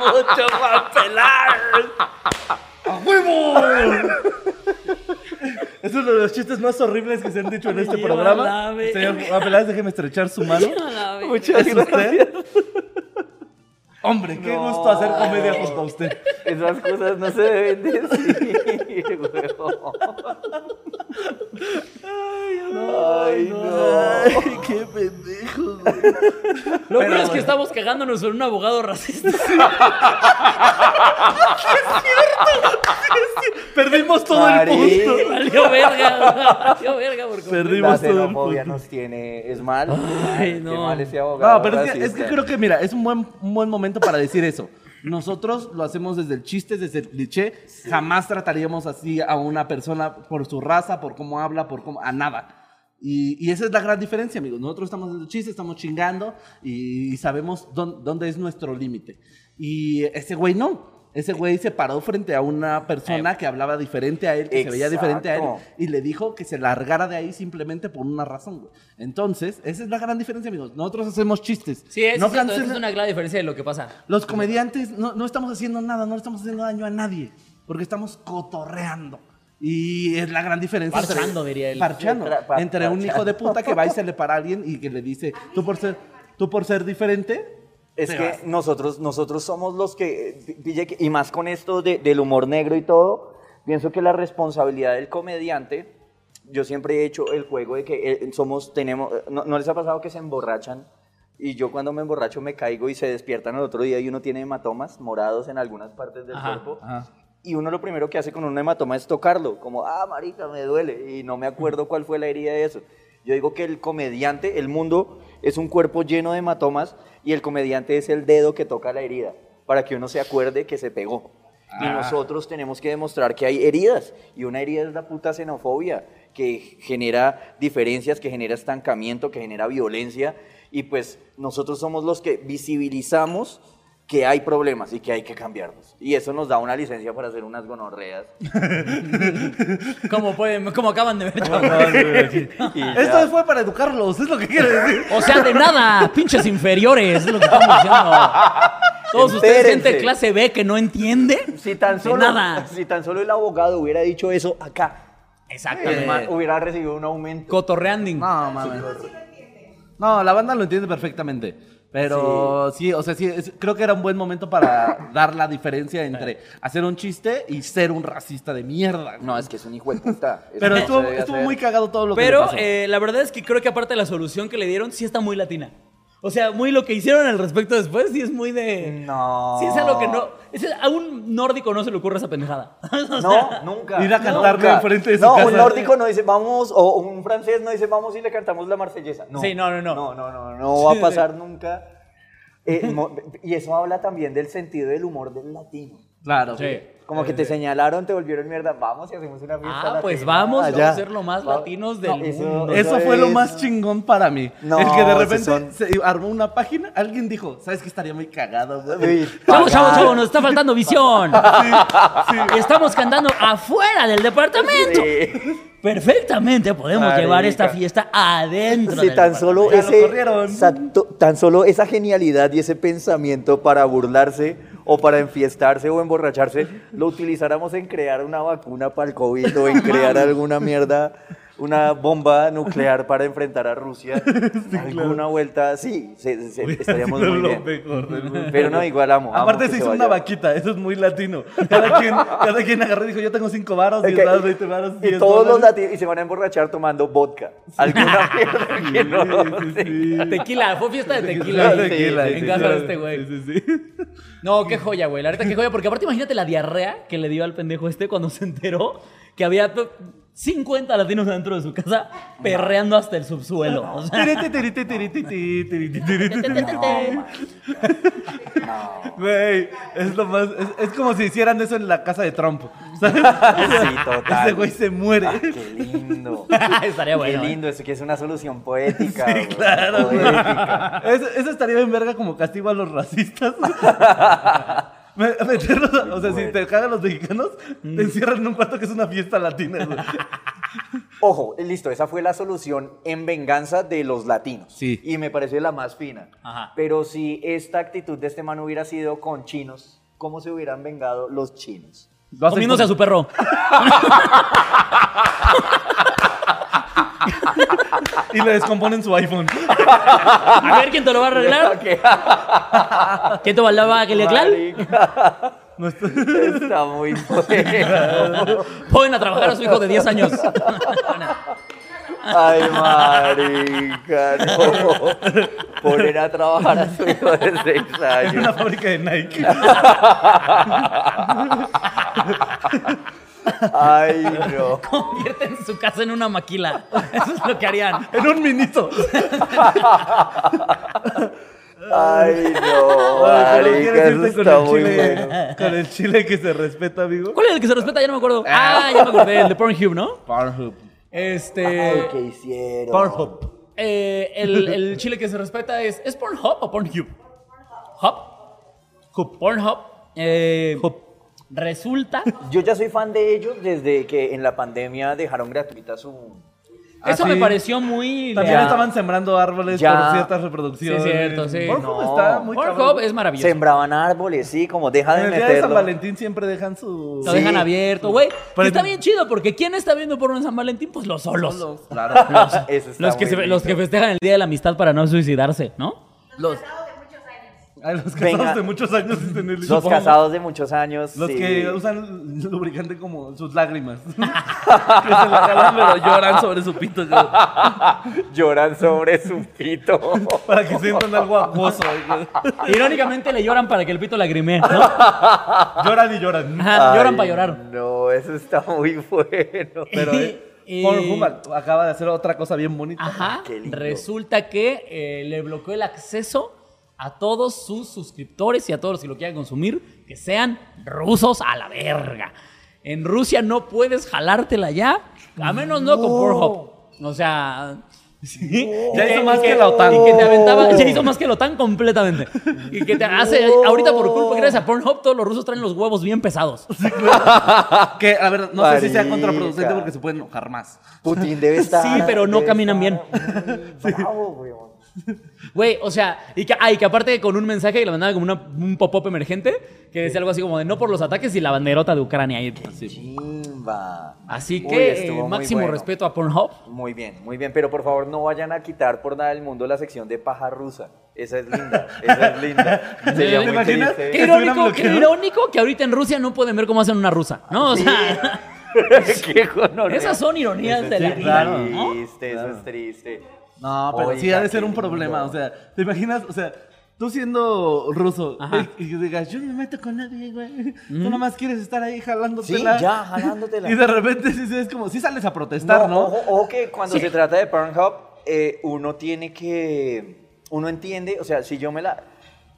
mucho más pelar. ¡A huevo! Es uno de los chistes más horribles que se han dicho en este Yo la programa. ve- Señor Apeláez, déjeme estrechar su mano. Muchas ¿Es usted? Hombre, qué gusto hacer comedia junto a usted. Esas cosas no se deben decir, [LAUGHS] huevón. Ay, no. qué pendejo. Lo peor Pero es que bueno. estamos cagándonos en un abogado racista. Perdimos todo el punto. Mari- Valió verga. Valió verga por completo. La Perdimos todo el xenofobia punto. nos tiene. Es mal. Ay, no. Qué mal ese abogado. No, pero es que, es que racista. creo que, mira, es un buen, un buen momento para decir eso. Nosotros lo hacemos desde el chiste, desde el cliché. Jamás trataríamos así a una persona por su raza, por cómo habla, por cómo. a nada. Y, y esa es la gran diferencia, amigos. Nosotros estamos haciendo chiste, estamos chingando y sabemos dón- dónde es nuestro límite. Y ese güey no. Ese güey se paró frente a una persona que hablaba diferente a él, que se veía diferente a él, Eh. Exacto. y le dijo que se largara de ahí simplemente por una razón, güey. Entonces, esa es la gran diferencia, amigos. Nosotros hacemos chistes. Sí, es, no es cierto, cancelen- esa es una gran diferencia de lo que pasa. Los comediantes no, no estamos haciendo nada, no le estamos haciendo daño a nadie, porque estamos cotorreando. Y es la gran diferencia. Parchando, diría él. Parchando. Tra- pa- entre un hijo de puta que va y se le para a alguien y que le dice, tú por ser, tú por ser diferente, Es te que vas". nosotros, nosotros somos los que, eh, DJ, que- y más con esto de- del humor negro y todo, pienso que la responsabilidad del comediante, yo siempre he hecho el juego de que eh, somos, tenemos, eh, no, no les ha pasado que se emborrachan? Y yo cuando me emborracho me caigo y se despiertan al otro día y uno tiene hematomas morados en algunas partes del Ajá, cuerpo. ajá. Y uno lo primero que hace con un hematoma es tocarlo, como, ah, marica, me duele, y no me acuerdo cuál fue la herida de eso. Yo digo que el comediante, el mundo es un cuerpo lleno de hematomas y el comediante es el dedo que toca la herida, para que uno se acuerde que se pegó. Y nosotros tenemos que demostrar que hay heridas, y una herida es la puta xenofobia, que genera diferencias, que genera estancamiento, que genera violencia, y pues nosotros somos los que visibilizamos que hay problemas y que hay que cambiarlos. Y eso nos da una licencia para hacer unas gonorreas. [LAUGHS] Como, pueden, como acaban de ver. chavos. [LAUGHS] Y ya. Esto fue para educarlos, es lo que quiero decir. O sea, de nada, pinches inferiores, es lo que estamos diciendo. Todos ustedes, Entérense. gente clase B que no entiende. si tan de solo nada. si tan solo el abogado hubiera dicho eso acá, el man Exactamente. hubiera recibido un aumento. Cotorreanding. No, mames. No, la banda lo entiende perfectamente. Pero sí, o sea, sí, es- creo que era un buen momento para dar la diferencia entre hacer un chiste y ser un racista de mierda. No, es que es un hijo de [LAUGHS] puta. Eso Pero no estuvo, se debe estuvo hacer. muy cagado todo lo que le Pero pasó. eh, la verdad es que creo que aparte de la solución que le dieron, sí está muy latina. O sea, muy lo que hicieron al respecto después, sí es muy de. No. Sí es algo que no. es- a un nórdico no se le ocurre esa pendejada. [LAUGHS] O sea, No, nunca. Ir a cantarle Nunca. enfrente de su No, casa. un nórdico no dice vamos, o un francés no dice vamos y le cantamos la marsellesa. No. Sí, no, no, no. No, no, no, no [LAUGHS] va Sí, a pasar nunca. Eh, mo- y eso habla también del sentido del humor del latino. Claro. Sí. Como que te señalaron, te volvieron mierda. Vamos y hacemos una fiesta. Ah, pues latina vamos, vamos allá. a ser lo más Va- latinos del eso- mundo. Eso Otra fue lo vez. más chingón para mí. No, el que de esos repente son- se armó una página, alguien dijo, ¿sabes que estaría muy cagado? güey?" Uy, Chavos, chavos, pagar. chavos, nos está faltando [LAUGHS] visión. Estamos cantando afuera del departamento. Sí. Perfectamente podemos Marica. llevar esta fiesta adentro. Si del tan solo, Ya lo ese, corrieron. exacto, tan solo esa genialidad y ese pensamiento para burlarse o para enfiestarse o emborracharse, lo utilizáramos en crear una vacuna para el COVID o [LAUGHS] en crear alguna mierda, una bomba nuclear para enfrentar [LAUGHS] a Rusia. alguna vuelta, sí, se- se- estaríamos sido muy lo bien. mejor del mundo. Pero no, igual amo. amo Aparte que se hizo vaya. una vaquita, eso es muy latino. Cada quien, cada quien agarró y dijo, yo tengo 5 varos, 10 Ok, varos, 20 varos, 10 y todos los dólares". latinos y se van a emborrachar tomando vodka. [LAUGHS] Alguna mierda que no. Sí, sí, sí. Tequila, fue fiesta de tequila. Tequila, en sí, casa de sí, este güey. sí, sí, sí. No, qué joya, güey. La neta, qué joya. Porque aparte, imagínate la diarrea que le dio al pendejo este cuando se enteró que había to- 50 latinos dentro de su casa perreando hasta el subsuelo. O sea, Güey, es lo más. Es, es como si hicieran eso en la casa de Trump. ¿sabes? Sí, total. Ese güey se muere. Ah, qué [LAUGHS] lindo. [LAUGHS] estaría bueno. Qué ¿eh? lindo eso, que es una solución poética. güey, Claro, güey. poética. Eso, eso estaría bien verga como castigo a los racistas. Me- meterlos a- o sea, si te cagan los mexicanos, te encierran en un cuarto que es una fiesta latina, güey. Ojo, listo, esa fue la solución en venganza de los latinos. Sí. Y me pareció la más fina. Ajá. Pero si esta actitud de este man hubiera sido con chinos, ¿cómo se hubieran vengado los chinos? Vas Comiéndose a su encontrar- perro. Y le descomponen su iPhone. A ver quién te lo va a [LAUGHS] [LAUGHS] arreglar. ¿Qué? ¿Quién te va a que le aclare? Marica, No estoy- Está muy bueno. Pueden a trabajar a su hijo de 10 [LAUGHS] años. Ay, marica, no. Poner a trabajar a su hijo de [LAUGHS] seis en una años. fábrica de Nike. Ay, no. Convierten su casa en una maquila. Eso es lo que harían. En un minito. Ay, no, marica, eso está muy bueno. con el chile que se respeta, amigo. ¿Cuál es el que se respeta? Ya no me acuerdo. Ah, ya me acordé. El de Pornhub, ¿no? Pornhub. Ah, Este. Ay, ¿qué hicieron? Pornhub. eh, el, el chile que se respeta es. ¿Es Pornhub o Pornhub? Hub. Hub. Pornhub. Eh, Resulta. Yo ya soy fan de ellos desde que en la pandemia dejaron gratuita su... Ah, Eso sí. me pareció muy. También Ya. estaban sembrando árboles Ya. por ciertas reproducciones. Sí, es cierto, sí. Pornhub No. está muy cabrón. Pornhub es maravilloso. Sembraban árboles, sí, como deja En de el día de San meterlo. Valentín siempre dejan su... Lo Sí. dejan abierto, güey. Pero- Que Está bien chido, porque ¿quién está viendo porno en San Valentín? Pues los solos. Los- Ah, Claro, eso está Los que, muy se- los que lindo. festejan el Día de la Amistad para no suicidarse, ¿no? Ay, los Venga. casados de muchos años sin tener Los supongo. casados de muchos años, Los sí. que usan lubricante como sus lágrimas. [LAUGHS] [LAUGHS] que se la jalan pero lloran sobre su pito. güey, lloran sobre su pito. Para que sientan algo acuoso. güey. Irónicamente le lloran para que el pito lagrimee, [LAUGHS] ¿no? lloran y lloran. Ajá, lloran Ay, para llorar. No, eso está muy [LAUGHS] bueno. Pero eh, Y- Pornhub acaba de hacer otra cosa bien bonita. Ajá. Qué lindo. Resulta que eh, le bloqueó el acceso a todos sus suscriptores y a todos los que lo quieran consumir, que sean rusos a la verga. En Rusia no puedes jalártela ya, a menos no, con Pornhub. O sea, sí. Ya Y hizo y más que la OTAN. Y que te aventaba, ya hizo más que la OTAN completamente. Y que te hace, ahorita por culpa, gracias a Pornhub, todos los rusos traen los huevos bien pesados. Que, a ver, no sé si sea Marica. contraproducente porque se pueden enojar más. Putin debe estar. Sí, pero no debe caminan bien. estar muy Bravo, weón. Güey, o sea, y que, ah, y que aparte con un mensaje que le mandaban como una- un pop-up emergente que decía algo así como de no por los ataques y la banderota de Ucrania. Y- Chimba. Así Uy, que estuvo eh, muy máximo bueno. Eh, respeto a Pornhub. Muy bien, muy bien. Pero por favor, no vayan a quitar por nada del mundo la sección de paja rusa. Esa es linda. Esa [LAUGHS] es linda. Sería ¿Te muy imaginas? triste. Qué Que estuvieran irónico, qué bloqueados. irónico que ahorita en Rusia no pueden ver cómo hacen una rusa, ¿no? O sea, [LAUGHS] Qué gonorrea. esas son ironías de la Sí, vida, claro. ¿no? Triste, eso es triste. No, pero sí Oiga, ha de ser qué un problema. O lindo. sea, ¿te imaginas? O sea, tú siendo ruso Ajá. y, y digas, yo no me meto con nadie, güey. Tú nomás quieres estar ahí jalándotela. Mm. Sí, ya, jalándotela. [LAUGHS] y de repente sí, sí, es como, sí sales a protestar, ¿no? Ojo, ojo que cuando se trata de Pornhub, eh, uno tiene que. Uno entiende, o sea, si yo me la.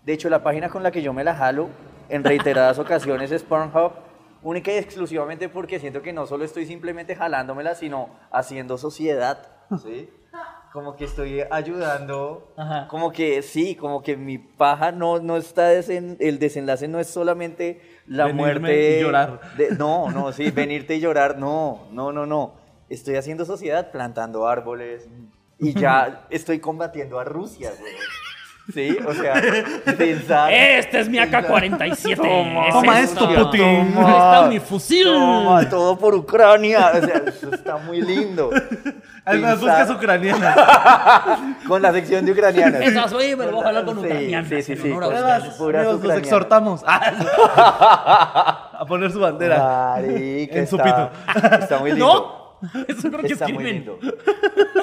De hecho, la página con la que yo me la jalo en reiteradas [LAUGHS] ocasiones es Pornhub, única y exclusivamente porque siento que no solo estoy simplemente jalándomela, sino haciendo sociedad. ¿sí? Como que estoy ayudando. Ajá. Como que sí, como que mi paja no, no está. desen- el desenlace no es solamente la Venirme muerte. y llorar. De- no, no, sí, [LAUGHS] venirte y llorar, no, no, no, no. Estoy haciendo sociedad, plantando árboles y [LAUGHS] ya estoy combatiendo a Rusia, güey. Sí, o sea, pensar. Este es mi [LAUGHS] AK-47. es Toma esto, Putin. Ahí [LAUGHS] está mi fusil. Toma, todo por Ucrania. O sea, eso está muy lindo. Además, Pensar buscas [LAUGHS] ucranianas. Con la sección de ucranianas. Esas, oye, me lo voy a jalar con Sí, ucranianas, Sí, sí, sí. en honor a con ustedes. puras Amigos, los ucranianas. exhortamos [LAUGHS] a, a poner su bandera. Ah, Marica, En su está- Está [LAUGHS] muy lindo. No, eso creo que es Está muy crimen. lindo.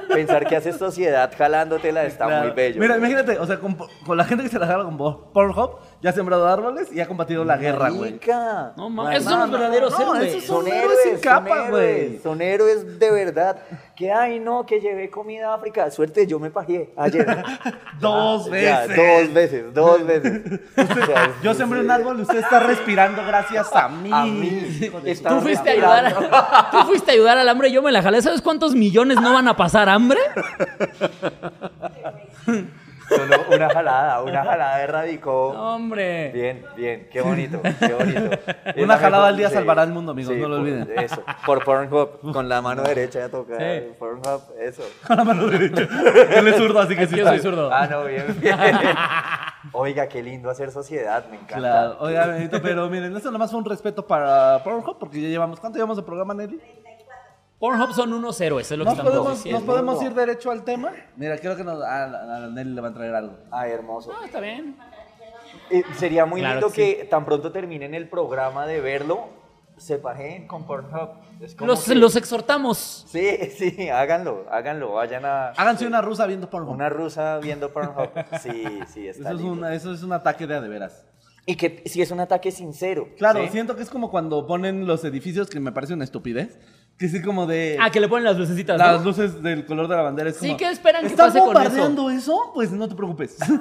Pensar que haces sociedad jalándotela está Claro. muy bello. Mira, güey. imagínate, o sea, con, con la gente que se la jala con Pornhub, ya ha sembrado árboles y ha combatido la guerra, güey. Marica. No mames, esos son los verdaderos no, héroes. esos son héroes sin capa, son güey. héroes, Son héroes de verdad. Que ay no, que llevé comida a África. Suerte, yo me pajeé ayer. [LAUGHS] Dos Ya, veces. dos veces, dos [LAUGHS] veces. O sea, Yo sí, sembré sí. un árbol y usted está respirando gracias a mí. A mí. Estaba Tú fuiste, a respirando. ayudar a- tú fuiste a ayudar al hambre y yo me la jalé. ¿Sabes cuántos millones no van a pasar hambre? Solo una jalada, una jalada erradicó. Hombre. Bien, bien, qué bonito, qué [LAUGHS] bonito. Es Una jalada la mejor- al día salvará al mundo, amigos, no lo por- olviden. Eso, por Pornhub, con [LAUGHS] la mano derecha ya toca. Sí. Pornhub, eso. Con la mano derecha. Él es zurdo, así que sí. Yo está soy bien. zurdo. Ah, no, bien, [LAUGHS] bien. Oiga, qué lindo hacer sociedad, me encanta. Claro, oiga, Benito, pero miren, eso nomás fue un respeto para Pornhub, porque ya llevamos, ¿cuánto llevamos de programa, Nelly? Pornhub son unos héroes, es lo que ¿Nos estamos podemos, diciendo. ¿nos podemos ir derecho al tema? Mira, creo que nos, a, a Nelly le va a traer algo. Ay, hermoso. No, está bien. Eh, sería muy Claro lindo que sí. que tan pronto terminen el programa de verlo, se pajeen con Pornhub. Es como Los, que- los exhortamos. Sí, sí, háganlo, háganlo, vayan a... Háganse una rusa viendo Pornhub. Una rusa viendo Pornhub. Sí, sí, está Eso es, lindo. una- eso es un ataque de a de veras. Y que si es un ataque sincero. Claro, ¿sí? siento que es como cuando ponen los edificios, que me parece una estupidez, que sí como de... Ah, que le ponen las lucecitas. ¿no? Las luces del color de la bandera es Sí, como, ¿qué esperan que ¿están pase con eso? bombardeando eso? Pues no te preocupes. [LAUGHS] Sí,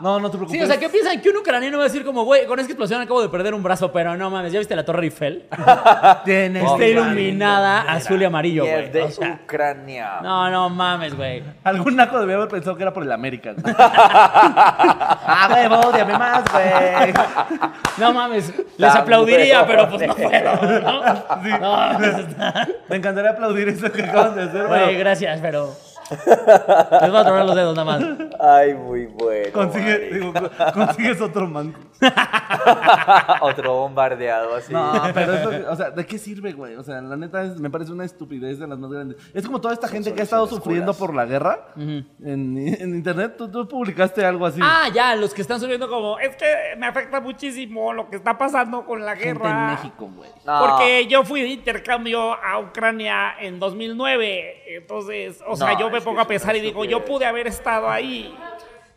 No, no te preocupes. Sí, o sea, ¿qué piensan? Que un ucraniano va a decir como, güey, con esta explosión acabo de perder un brazo, pero no mames, ¿ya viste la Torre Eiffel? Tienes Está que- iluminada azul y amarillo, Y güey. es de O sea, Ucrania. no, no mames, güey. Algún naco debía haber pensado que era por el América. güey. [LAUGHS] ah, güey, odiame más, güey. No mames, les Está aplaudiría, pero bueno. pues no puedo, ¿no? Sí. No, pues, está- Me encantaría aplaudir eso que acaban de hacer, Güey, güey. gracias, pero. Les voy a tronar los dedos nada más. Ay, muy bueno. Consigue, marica. digo, co- consigues otro manco. [LAUGHS] Otro bombardeado así. [LAUGHS] No, pero eso, o sea, ¿de qué sirve, güey? O sea, la neta es- me parece una estupidez de las más grandes. Es como toda esta gente que ha estado soluciones sufriendo culas. por la guerra. en, en internet, tú, tú publicaste algo así. Ah, ya, los que están subiendo como, es que me afecta muchísimo lo que está pasando con la gente en México, güey. No, Porque yo fui de intercambio a Ucrania en 2009. Entonces, o sea, No, yo me es pongo que a pensar y es digo, que- yo pude haber estado ahí.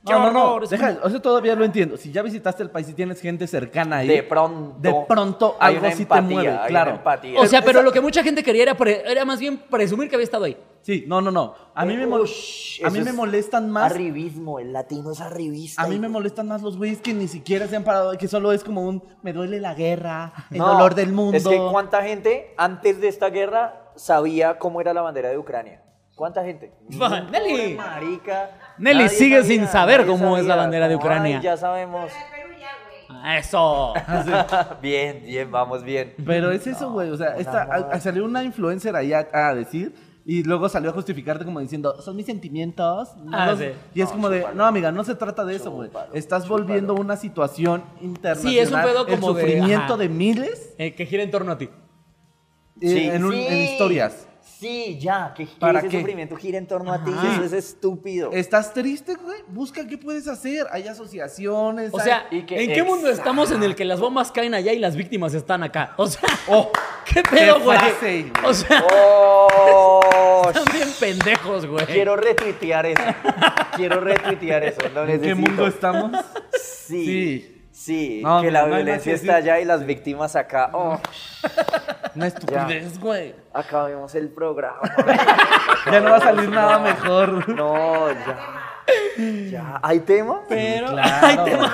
¡Qué No, no, no, horror! Es deja, un- o sea, todavía lo entiendo. Si ya visitaste el país y tienes gente cercana ahí, De pronto. de pronto hay algo una sí empatía, te mueve, hay una claro. empatía. O sea, pero Esa- lo que mucha gente quería era, pre- era más bien presumir que había estado ahí. Sí, no, no, no. A mí me, mol- Ush, a eso mí me es molestan más. Arribismo, el latino es arribista. A mí me hijo. molestan más los güeyes que ni siquiera se han parado, que solo es como un me duele la guerra, el No, dolor del mundo. Es que [LAUGHS] cuánta gente antes de esta guerra sabía cómo era la bandera de Ucrania. [LAUGHS] ¿Cuánta gente? Va, Nelly. Pobre Marica. Nelly Nadie sigue sin saber nadie cómo es la bandera de Como, Ucrania. "Ay, ya sabemos. [LAUGHS] Eso. bien, bien, vamos bien. Pero es eso, güey. O sea, esta- a- a- salió una influencer ahí a, a decir y luego salió a justificarte como diciendo, son mis sentimientos. no Ah, los-". sí. Y es como de, no, amiga, no se trata de eso, güey. Estás volviendo una situación internacional. Sí, es un pedo como el de- sufrimiento ajá. de, miles [LAUGHS] Eh, que gira en torno a ti. eh, Sí. en, un- en Sí. historias. Sí, ya, que, que ¿Para ese qué? sufrimiento gira en torno a ti, Ajá. eso es estúpido. ¿Estás triste, güey? Busca qué puedes hacer. Hay asociaciones. O hay- sea, y ¿en que- qué mundo Exacto. estamos en el que las bombas caen allá y las víctimas están acá? O sea, Oh, ¿qué pedo, qué güey? frase, güey. O sea, ¡Oh! [LAUGHS] [LAUGHS] están bien pendejos, güey. Quiero retuitear eso. Quiero retuitear eso. Lo ¿En qué necesito. [LAUGHS] mundo estamos? Sí. Sí. Sí. No, que no, la no hay más que violencia decir. está allá y las víctimas acá. Oh, Una [LAUGHS] estupidez, güey. acabemos el programa. Ya no va a salir nada mejor. No, ya. Ya. ¿Hay tema? Pero Claro. hay temas.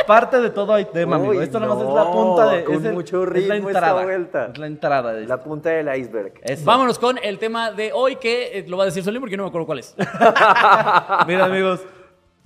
Aparte de todo hay tema, amigo. Uy, Esto nomás no, es la punta de. con es el- mucho es ritmo la esta entrada. vuelta. Es la entrada de La punta del [LAUGHS] iceberg. Eso. Vámonos con el tema de hoy que eh, lo va a decir Solín porque yo no me acuerdo cuál es. [LAUGHS] Mira, amigos.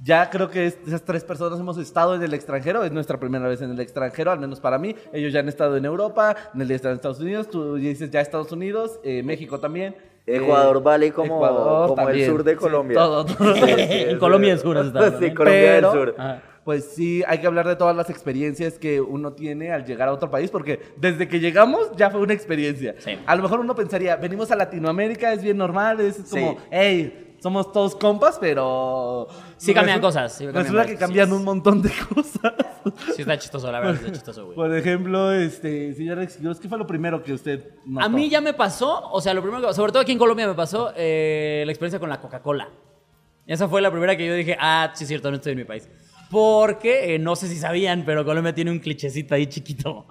Ya creo que es- esas tres personas hemos estado en el extranjero. Es nuestra primera vez en el extranjero, al menos para mí. Ellos ya han estado en Europa, Nelly está en Estados Unidos, tú dices ya Estados Unidos, eh, México también. eh, Ecuador vale como, Ecuador como el también. sur de Sí, Colombia. todo, todo. [LAUGHS] Sí, sí, En sí. Colombia del Sur has estado Sí, también. Colombia Pero, del Sur. Ajá. Pues sí, hay que hablar de todas las experiencias que uno tiene al llegar a otro país, porque desde que llegamos ya fue una experiencia. Sí. A lo mejor uno pensaría, venimos a Latinoamérica, es bien normal, es como, Sí. hey, somos todos compas, pero... Sí cambian resu- cosas, sí cambian resulta varias que cambian cosillas. un montón de [LAUGHS] cosas. Sí, está chistoso, la verdad, está chistoso, güey. Por ejemplo, este, señor Exigiros, ¿qué fue lo primero que usted notó? A mí ya me pasó, o sea, lo primero que, sobre todo aquí en Colombia me pasó eh, la experiencia con la Coca-Cola. Esa fue la primera que yo dije, ah, sí es cierto, no estoy en mi país. Porque, eh, no sé si sabían, pero Colombia tiene un clichecito ahí chiquito.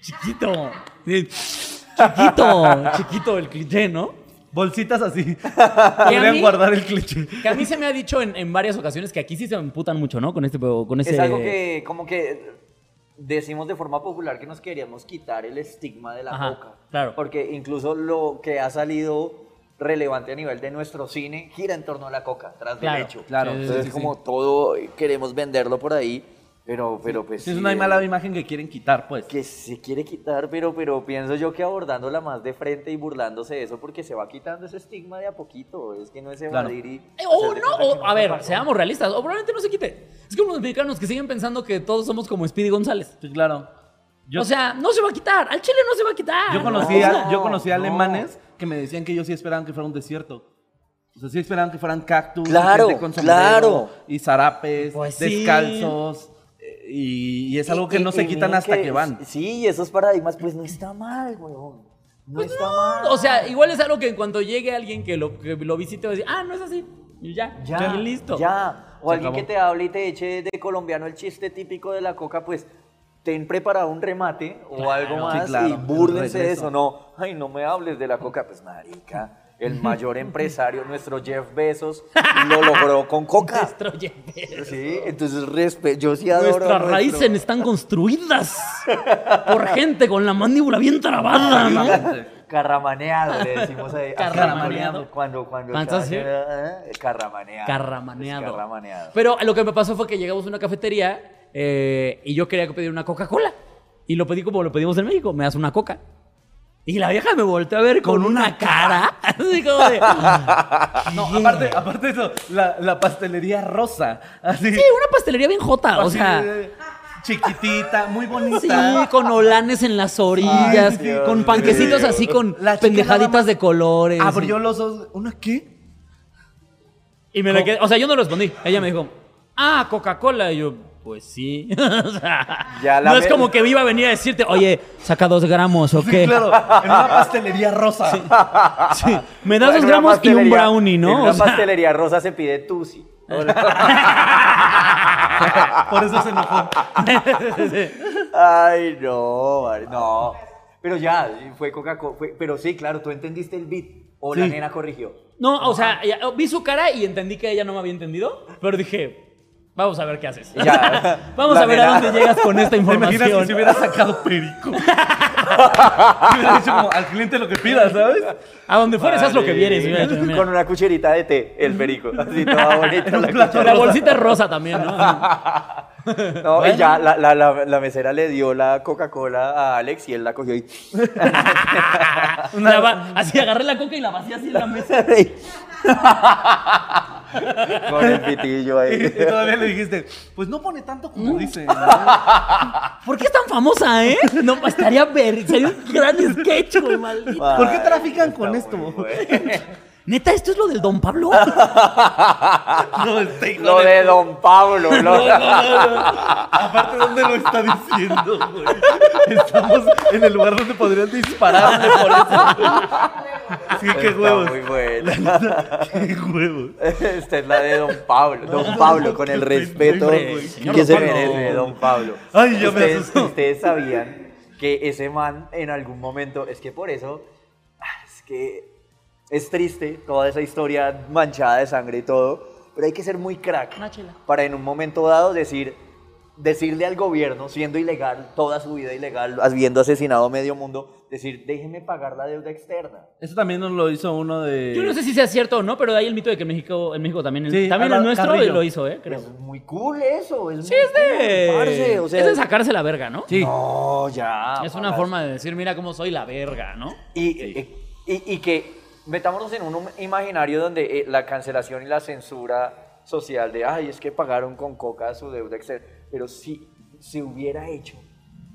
Chiquito. Sí. Chiquito. Chiquito el cliché, ¿no? [LAUGHS] Bolsitas así. a Podrían mí? guardar el cliché. Que a mí se me ha dicho en, en varias ocasiones que aquí sí se emputan mucho, ¿no? Con este con ese Es algo que como que decimos de forma popular que nos queríamos quitar el estigma de la Ajá, boca. claro. Porque incluso lo que ha salido relevante a nivel de nuestro cine gira en torno a la coca, tras Claro, del hecho. claro. Entonces Sí, sí, como todo eh, queremos venderlo por ahí, pero, pero pues... Sí, es sí, una eh, mala imagen que quieren quitar, pues. que se quiere quitar, pero, pero pienso yo que abordándola más de frente y burlándose de eso, porque se va quitando ese estigma de a poquito. Es que no es Claro. evadir y... Eh, O hacer de no, cuenta que o- a ver, pasó. seamos realistas, o probablemente no se quite. Es como los mexicanos que siguen pensando que todos somos como Speedy González. Sí, claro. Yo, o sea, no se va a quitar, al chile no se va a quitar. yo conocí, a- no, yo conocí a no. alemanes que me decían que ellos sí esperaban que fuera un desierto. O sea, sí esperaban que fueran cactus, Claro, gente con sombrero, claro. y zarapes, Pues sí. descalzos. eh, Y, y es algo que Y- no y- se y quitan miren hasta que- que van. Sí, esos paradigmas, pues no está mal, huevón. No Pues está mal. O sea, igual es algo que en cuanto llegue alguien que lo, que lo visite va a decir, ah, no es así. Y ya, ya, y listo. Ya. O Se alguien acabó. que te hable y te eche de colombiano el chiste típico de la coca, pues ten preparado un remate o algo más claro, y búrlense de regreso. eso. No, ay, no me hables de la coca, pues marica. El mayor empresario, nuestro Jeff Bezos, lo logró con coca. Destroyer. Sí, entonces respe- yo sí adoro. Nuestras nuestro- raíces están construidas por gente con la mandíbula bien trabada, ¿no? [LAUGHS] Carramaneado, le decimos ahí. Carramaneado. Cuando, cuando. Panza estaba así. haciendo, eh, Carramaneado. Carramaneado. Carramaneado. Pero lo que me pasó fue que llegamos a una cafetería eh, y yo quería pedir una Coca-Cola. Y lo pedí como lo pedimos en México, me das una Coca. Y la vieja me volteó a ver con, una, cara. [LAUGHS] Así como de... No, "¿Qué?". aparte, aparte de eso, la, la pastelería rosa. Así. Sí, una pastelería bien jota, o sea... Pastelería Chiquitita, muy bonita. Sí, con olanes en las orillas, Ay, Dios con mío. panquecitos así con La chica nada pendejaditas más de colores. Abrió los ojos. ¿Una qué? Y me la quedé- O sea, yo no respondí. Ella me dijo, ah, Coca-Cola. Y yo, pues sí. [LAUGHS] o sea, Ya la no es ve- como que me iba a venir a decirte, oye, saca dos gramos o qué. Claro, en una pastelería rosa. Sí, [LAUGHS] Me das En dos una gramos y un pastelería- brownie, En ¿no? una O sea, [LAUGHS] pastelería rosa se pide tusi. Por eso se enojó. Ay, no, madre, no. Pero ya, fue Coca-Cola. fue- Pero sí, claro, tú entendiste el beat. O la Sí. nena corrigió. no, o sea, ya- oh, vi su cara y entendí que ella no me había entendido, pero dije, vamos a ver qué haces. Ya. [LAUGHS] vamos La a ver nena- a dónde llegas con esta ¿Te imaginas que información. si hubiera sacado perico? [LAUGHS] Si hubiera dicho como al cliente lo que pidas, ¿sabes? A donde fueres, haz lo que Vale. vieres. hubiera [LAUGHS] dicho, mira. Con una cucherita de té, el perico. [LAUGHS] Así toda bonita. la Con cuchara. la bolsita rosa también, ¿no? No, y ya la, la- la- la mesera le dio la Coca-Cola a Alex y él la cogió y. La va- así agarré la coca y la vacié así en la mesa. Con el pitillo Y, ahí. [LAUGHS] y todavía le dijiste, pues no pone tanto como dice. Ah. ¿Por qué es tan famosa, eh? No, estaría ver, sería un gran sketch, güey, maldito. ¿Por qué trafican con Está esto? muy bueno. Neta, esto es lo del Don Pablo. [LAUGHS] No, este hijo Lo de- de Don Pablo. lo- Aparte, ¿dónde lo está diciendo, güey? Estamos en el lugar donde podrían dispararle por eso. Sí, qué Está huevos. muy bueno. [LAUGHS] Qué huevos. [LAUGHS] Esta es la de Don [LAUGHS] Pablo. Don Pablo, con el respeto Hombre, señor que Don se Pablo. merece Don Pablo. Ay, ya me ustedes, asustó. ustedes sabían que ese man en algún momento, es que por eso, ah, es que es triste toda esa historia manchada de sangre y todo, pero hay que ser muy crack Una chela. para en un momento dado decir, decirle al gobierno, siendo ilegal, toda su vida ilegal, habiendo asesinado medio mundo, decir, déjeme pagar la deuda externa. Eso también nos lo hizo uno de. Yo no sé si sea cierto o no, pero de ahí el mito de que en México, en México también, el- Sí, también Álvaro el nuestro Carrillo. lo hizo, ¿eh? Creo. Es muy cool eso. Es Sí, muy es de. cool, parce, o sea, es de sacarse la verga, ¿no? Sí. No, Oh, ya. Es una pagas. forma de decir, mira cómo soy la verga, ¿no? Y, eh, y- y que metámonos en un imaginario donde eh, la cancelación y la censura social de, ay, es que pagaron con coca su deuda externa. Pero si se hubiera hecho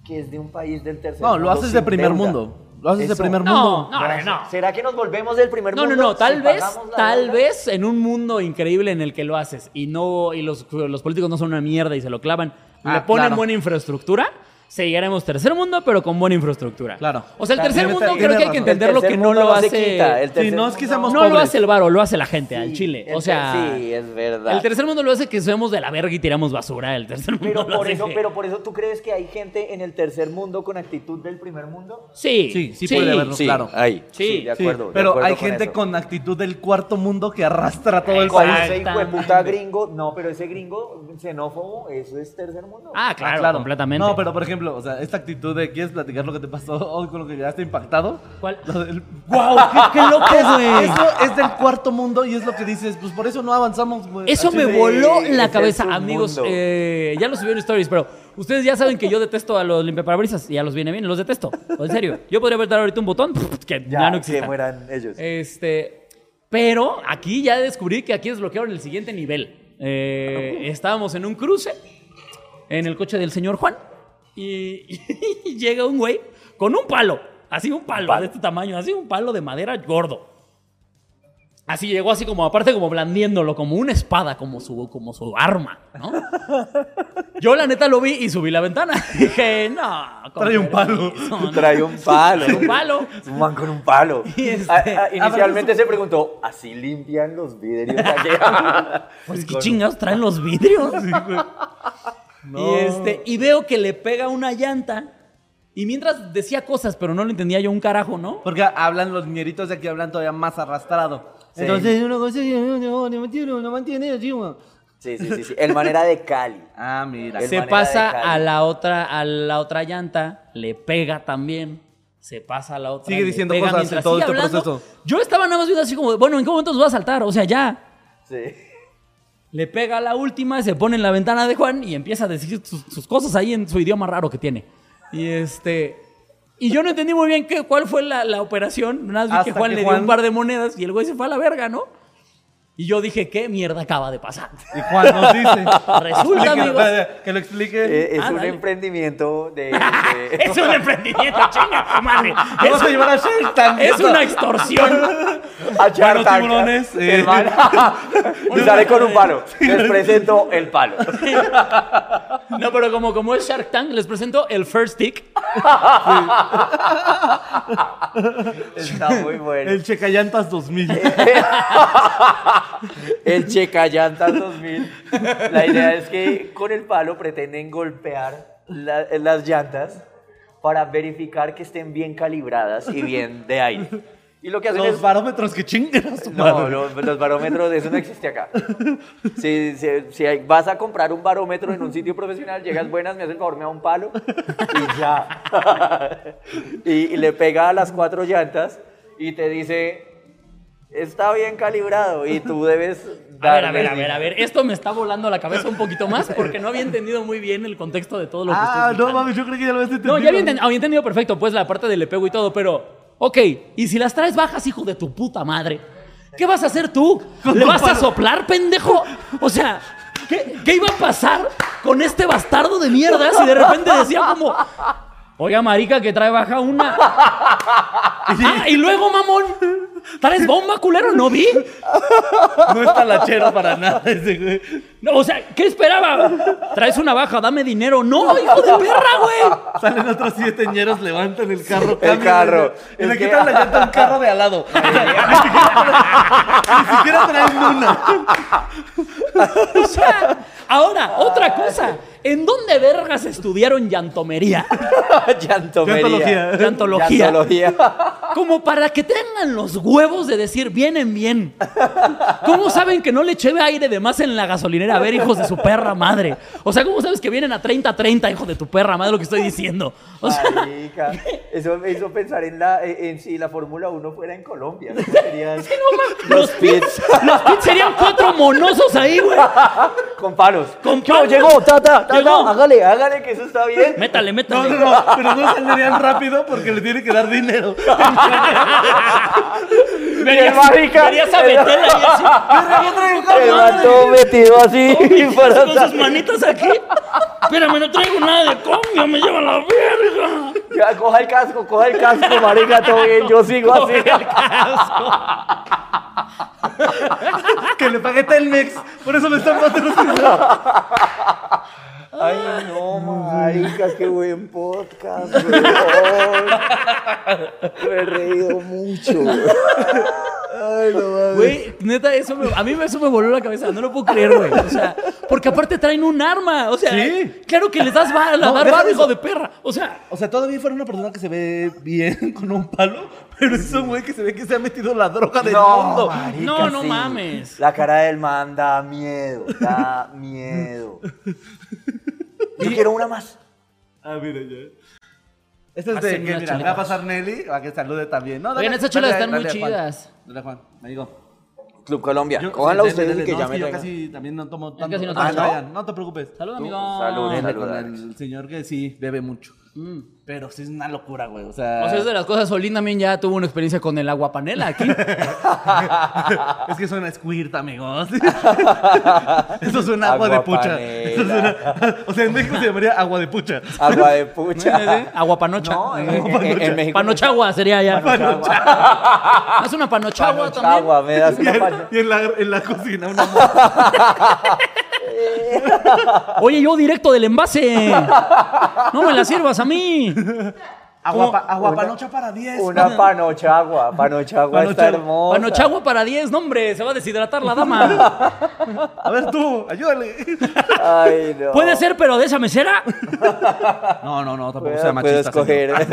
que es de un país del tercer No, mundo. lo haces de sin primer deuda. mundo. Lo haces de Eso. primer No, mundo. no, no. no. ¿Será que nos volvemos del primer No, no, mundo? no, si tal vez, pagamos la tal deuda? vez en un mundo increíble en el que lo haces y no y los, los políticos no son una mierda y se lo clavan, y Ah, le ponen claro. buena infraestructura, se llegaremos tercer mundo, pero con buena infraestructura. Claro. O sea, el Claro, tercer tiene- mundo creo tiene que hay que razón. entender lo que tercer no mundo lo hace. se quita, el Sí, tercer no es que mundo- seamos no lo pobres. hace el varo, lo hace la gente al chile. el O sea, ter- sí, es verdad. el tercer mundo lo hace que subimos de la verga y tiramos basura. El [LAUGHS] tercer mundo pero lo por hace eso, que- pero por eso tú crees que hay gente en el tercer mundo con actitud del primer mundo? Sí, Sí, sí puede haberlo, claro. ahí. Sí, Sí, de Sí, acuerdo. de pero acuerdo hay gente eso. con actitud del cuarto mundo que arrastra todo el Eh, Como país. ese hijo de Exactamente. puta gringo, no, pero ese gringo xenófobo, eso es tercer mundo. Ah, claro, Ah, completamente. No, pero por ejemplo, o sea, esta actitud de ¿quieres platicar lo que te pasó [LAUGHS] hoy con lo que llegaste impactado? ¿Cuál? [LAUGHS] Lo del- ¡Wow! ¡Qué, qué loco, güey! Eso es del cuarto mundo y es lo que dices, pues por eso no avanzamos, güey. Eso Así me de- voló es la el cabeza, submundo. amigos. Eh, ya los subí en stories, pero ustedes ya saben que yo detesto a los limpiaparabrisas. Y ya los viene bien, los detesto. En serio. Yo podría apretar ahorita un botón [LAUGHS] que ya, ya, no que existe. mueran ellos. Este, pero aquí ya descubrí que aquí desbloquearon el siguiente nivel. Eh, estábamos en un cruce, en el coche del señor Juan, y, [LAUGHS] y llega un güey con un palo, así un palo, de este tamaño, así un palo de madera gordo. Así llegó así como, aparte como blandiéndolo, como una espada, como su, como su arma, ¿no? Yo la neta lo vi y subí la ventana. [LAUGHS] Dije, no. con Trae un palo. permiso, ¿no? Trae un palo. [LAUGHS] Un palo. Es un man con un palo. [LAUGHS] Y este- Ah, ah, inicialmente Abrazo. se preguntó, ¿así limpian los [LAUGHS] vidrios allá? Pues qué chingados traen los vidrios. [LAUGHS] Y este, y veo que le pega una llanta. Y mientras decía cosas, pero no lo entendía yo un carajo, ¿no? Porque hablan los niñeritos de aquí, hablan todavía más arrastrado. Entonces uno consigue, no, no, no mantiene, no mantiene, chivo. Sí, sí, sí, sí. El man era de Cali. Ah, mira. El- Se manera pasa de Cali. a la otra, a la otra llanta, le pega también. Se pasa a la otra. Sigue le diciendo pega cosas en mientras todo sigue este hablando. proceso. Yo estaba nada más viendo así como, bueno, ¿en qué momento nos va a saltar? O sea, ya. Sí. Le pega a la última, se pone en la ventana de Juan y empieza a decir sus, sus cosas ahí en su idioma raro que tiene. Y este. Y yo no entendí muy bien qué, cuál fue la, la operación. Nada más vi que Hasta Juan que le dio Juan- un par de monedas y el güey se fue a la verga, ¿no? Y yo dije, ¿qué mierda acaba de pasar? [LAUGHS] Y Juan nos dice. Resulta, Explica, amigos. Que lo explique. Eh, es Ah, un dale. emprendimiento [LAUGHS] de... de- es un emprendimiento, [LAUGHS] chinga tu madre. Vamos a Es, llevar a Shark Tank. es una extorsión. a Shark Bueno, Tank. tiburones, eh. El [LAUGHS] man- y sale con un palo. Les presento el [LAUGHS] palo. No, pero como, como es Shark Tank, les presento el First Stick. Está muy bueno. El Checayantas [LAUGHS] 2000. El Checayantas 2000. La idea [LAUGHS] es que con el palo pretenden golpear la- las llantas para verificar que estén bien calibradas y bien de aire. Y lo que hacen Los es... barómetros que chinguen a su No, madre. los, los barómetros, eso no existe acá. Si, si- si hay- vas a comprar un barómetro en un sitio profesional, llegas buenas, me hace el favor, me da un palo y ya. [LAUGHS] Y, y le pega a las cuatro llantas y te dice, está bien calibrado y tú debes A ver, darle- a ver, a ver, a ver. Esto me está volando la cabeza un poquito más porque no había entendido muy bien el contexto de todo lo que estoy Ah, no explicando. mames, yo creí que ya lo habías entendido. No, ya había entendido, había entendido perfecto, pues la parte del le pego y todo, pero. Ok, y si las traes bajas, hijo de tu puta madre, ¿qué vas a hacer tú? ¿Le vas a soplar, pendejo? O sea, ¿qué, qué iba a pasar con este bastardo de mierda si de repente decía como. Oiga, marica, que trae baja una. Ah, y luego, mamón. ¿Traes bomba, culero? ¿No vi? No está lachero para nada ese güey. No, o sea, ¿qué esperaba? ¿Traes una baja? Dame dinero. ¡No, hijo de perra, güey! Salen otros siete ñeros, levantan el carro. El cambian, carro. Y le Es que- quitan la llanta a un carro de al [LAUGHS] lado. O sea, Ni siquiera traen una. [LAUGHS] O sea, ahora, otra cosa. ¿En dónde vergas estudiaron llantomería? [LAUGHS] Llantomería. Llantología. Llantología. Llantología. Como para que tengan los huevos de decir, vienen bien. ¿Cómo saben que no le eché aire de más en la gasolinera? A ver, hijos de su perra madre. O sea, ¿cómo sabes que vienen a 30-30, hijo de tu perra madre, lo que estoy diciendo? [LAUGHS] O sea, Marica, eso me hizo pensar en, la, en en si la Fórmula 1 fuera en Colombia. ¿no? Serían los pits los pits serían cuatro monosos ahí, güey. con palos. Con No, palos. Llegó, ta, ta, ta, Llegó. ta, hágale, hágale, que eso está bien. Métale, No, métale. no, no. Pero no saldrían rápido porque le tiene que dar [LAUGHS] dinero. Verías, marica. verías a Betel ahí así. Se va todo metido así para con sus manitas aquí. Espérame, no traigo nada de coño, me lleva la [LAUGHS] verga. Ya, coja el casco, coja el casco, marica, todo bien, yo sigo así. que le pagué Telmex. Por eso me están patrocinando. Ay, no, maricas, qué buen podcast, weón. Me he reído mucho, güey. Ay, no mames. Güey, neta, eso me- a mí eso me voló la cabeza. No lo puedo creer, güey. O sea, porque aparte traen un arma. O sea, Sí. claro que les das bar, la No, dar deja varo, eso. hijo de perra. O sea, O sea, todavía fuera una persona que se ve bien [LAUGHS] con un palo, pero es un güey que se ve que se ha metido la droga del mundo. marica, No, no mames. La cara del man da miedo, da miedo. Yo quiero una más. Ah, mira, ya. Este es de Hacen que, unas mira, me va a cheletas. pasar Nelly, para que salude también. No, Oigan, estas chelas están muy a Juan. chidas. Dale, a Juan, me digo. Club Colombia, cójanla sí, ustedes dale, y que no, ya es me Yo traigan. casi también no tomo tanto. casi no Ah, tomo. no, no te preocupes. salud, Tú, amigo. salud, Dele salud. con Alex. el señor que sí bebe mucho. Pero sí es una locura, güey. O sea, Mm. O sea, es de las cosas. Solín también ya tuvo una experiencia con el agua panela aquí. [LAUGHS] es que suena squirt, amigos. [LAUGHS] Eso suena agua, de pucha. Eso Aguapanela. suena- o sea, en México se llamaría agua de pucha. [LAUGHS] Agua de pucha. Agua panocha. [LAUGHS] No, en, en- en México. Eh, Panochagua sería ya. Panochagua. ¿Es una panochagua también? Panochagua, me das [LAUGHS] [LAUGHS] Y, una en, paña. y en la, en la cocina una [LAUGHS] mo- Oye, yo directo del envase. No me la sirvas a mí. agua, pa- agua Una- panocha para 10. Una panochagua. Panochagua está Panocha- hermosa. Panochagua para 10, no hombre, se va a deshidratar la dama. [LAUGHS] A ver tú, ayúdale. [LAUGHS] Ay, no. Puede ser, pero de esa mesera. No, no, no, tampoco Puedo, sea puedo machista. Ah, escoger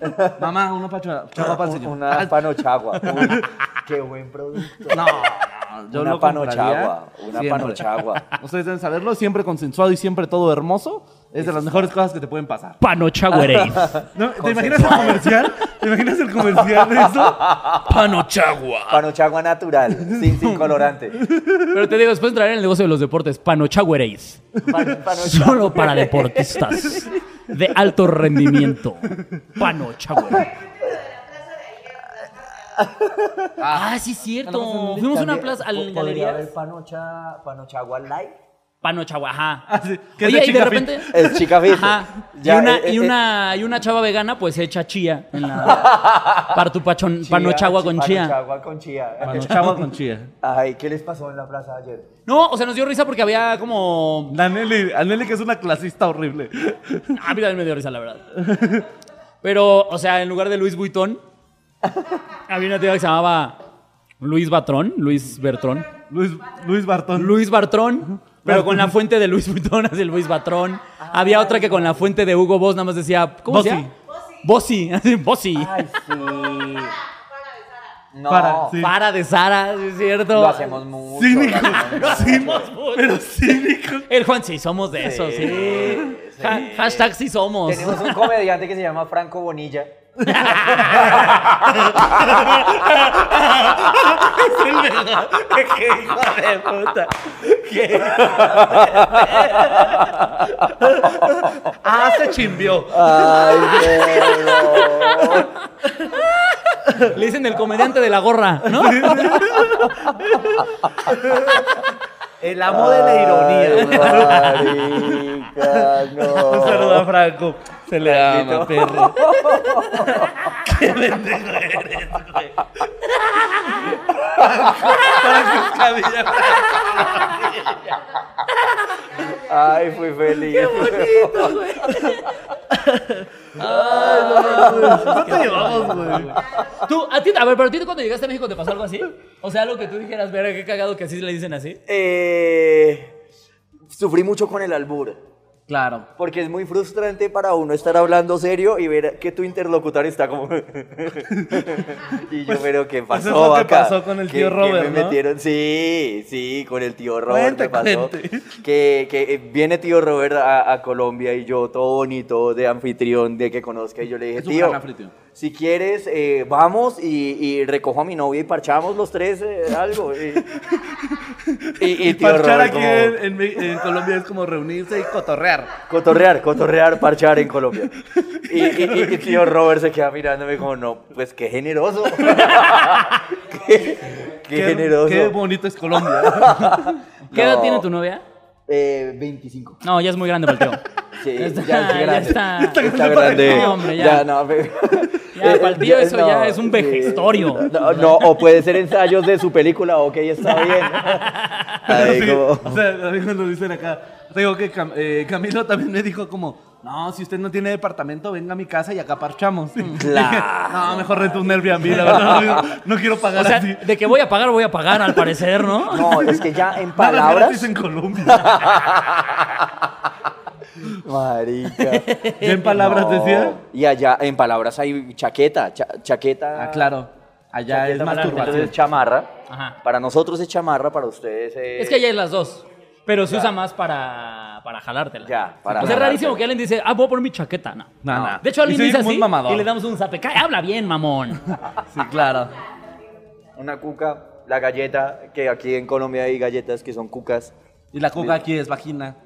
[LAUGHS] señor. [LAUGHS] Mamá, una panochagua para el señor. una Ah, panochagua. [LAUGHS] Uy, qué buen producto. No, no, yo Una lo compraría panochagua, una siempre. panochagua. [LAUGHS] Ustedes deben saberlo, siempre consensuado y siempre todo hermoso. Es de las mejores cosas que te pueden pasar. [LAUGHS] Panochaguerey. No, ¿Te imaginas el comercial? ¿Te imaginas el comercial de eso? Panochagua. Panochagua natural, sin, sin colorante. Pero te digo, después entraré en el negocio de los deportes. Panochaguereis. Pan- panochagua. Solo para [LAUGHS] deportistas de alto rendimiento. Panochaguerey. Ah, sí, es cierto. Fuimos a una También plaza po- al podría galería. haber panocha, panochagua light. Panochagua, Ah, ajá. sí, que es Oye, de y de chica fit. repente. Es chica fit. Ajá. Ya, y, una, eh, y, eh, una, y una chava vegana, pues echa chía en la. [LAUGHS] Para tu pachón, eh, chía, panochagua con chía. Panochagua con chía. Panochagua con chía. Ay, ¿qué les pasó en la plaza ayer? No, o sea, nos dio risa porque había como. La Nelly, a Nelly que es una clasista horrible. A mí también me dio risa, la verdad. Pero, o sea, en lugar de Luis Buitón, había una tía que se llamaba Luis Batrón, Luis Bertrón. Luis, Luis Bartón. Luis Bartrón, pero con la fuente de Luis Buitón hacia el Luis Batrón. había otra que con la fuente de Hugo Boss nada más decía. ¿Cómo se Bossi. llama? Bossi. así, Bossi. Ay, [LAUGHS] sí. No, Para, sí. eh, Para de Sara, sí es cierto. lo hacemos mucho. Cínico. lo Lo hacemos mucho. hacemos mucho. Pero cínico. El Juan, sí, somos de eso, sí. Ha- hashtag sí somos. Tenemos un comediante que se llama Franco Bonilla. Ah, se chimbió. Ay, pero... Le dicen el comediante de la gorra, ¿no? El amo de la Ay, ironía. marica, Un saludo no. a Franco. Se le ama, perro. Qué pendejo eres, güey. Franco Escamilla, Franco. Ay, fui feliz. Ah. ¿Cuánto llevamos, güey? Tú, a ti, a ver, pero a ti cuando llegaste a México te pasó algo así? O sea, algo que tú dijeras, verga, qué cagado que así le dicen así. Eh, sufrí mucho con el albur. Claro. Porque es muy frustrante para uno estar hablando serio y ver que tu interlocutor está como. [LAUGHS] y yo, pero ¿qué pues pasó? es lo que acá? pasó con el ¿Qué- tío Robert, qué me ¿no? metieron? Sí, sí, con el tío Robert. Cuente, ¿qué pasó? cuente. Que, que eh, viene tío Robert a, a Colombia y yo, todo bonito, de anfitrión, de que conozca. Y yo le dije, Es un tío, gran anfitrión. si quieres, eh, vamos y, y recojo a mi novia y parchamos los tres eh, algo. Y, y- y Y tío parchar Robert aquí como- en, en Mi- en Colombia es como reunirse y cotorrear. Cotorrear, cotorrear, parchar en Colombia. Y, y- y- y tío Robert se queda mirándome como, no, pues qué generoso. [LAUGHS] qué, qué generoso. Qué bonito es [LAUGHS] Colombia. ¿Qué edad No. tiene tu novia? Eh, 25. No, ya es muy grande para el tío. [LAUGHS] Sí, ya, está- es grande. está- Está para grande. el tío, hombre, ya. no, pero- Ya, para el [LAUGHS] tío eso no, ya es un sí. vejestorio. [LAUGHS] No, no, o puede ser ensayos de su película, ok, está bien. Ahí Sí, como- [LAUGHS] O sea, a mí cuando dicen acá, te digo que Cam- eh, Camilo también me dijo como, no, si usted no tiene departamento, venga a mi casa y acá parchamos. Claro. no, mejor rento un Airbnb, la verdad, no, no quiero pagar O sea, así. de que voy a pagar, voy a pagar, al parecer, [LAUGHS] ¿no? No, es que ya en Nada gratis palabras. en Colombia. Marica. Ya en palabras No, decía. Y allá, en palabras hay chaqueta, cha- chaqueta. Ah, claro. Allá es chaqueta para nosotros masturbación. es chamarra. Ajá. Para nosotros es chamarra, para ustedes es. Es que ya hay las dos. Pero se usa más para, para jalártela. Ya, O sea, para es jalártela. rarísimo que alguien dice, ah, voy a poner mi chaqueta. No. No, no. De hecho, Y alguien soy dice muy así mamador. y le damos un zape. "Cállate, Habla bien, [LAUGHS] mamón. Sí, claro. Una cuca, la galleta, que aquí en Colombia hay galletas que son cucas. Y la coca aquí es vagina.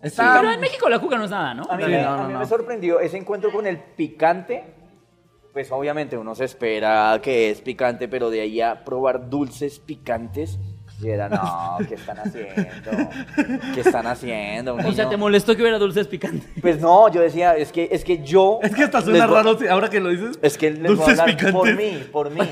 Está... Pero en México la cuca no es nada, ¿no? A mí, Sí, me, no, a no, mí no. me sorprendió ese encuentro con el picante. Pues obviamente uno se espera que es picante, pero de ahí a probar dulces picantes. Y era, no, [LAUGHS] ¿qué están haciendo? ¿Qué están haciendo? O sea, niño?". ¿te molestó que hubiera dulces picantes? Pues no, yo decía, es que, es que yo. Es que hasta les suena voy- raro si- ahora que lo dices. Es que les voy a Dulces hablar picantes. por mí, [LAUGHS] por mí.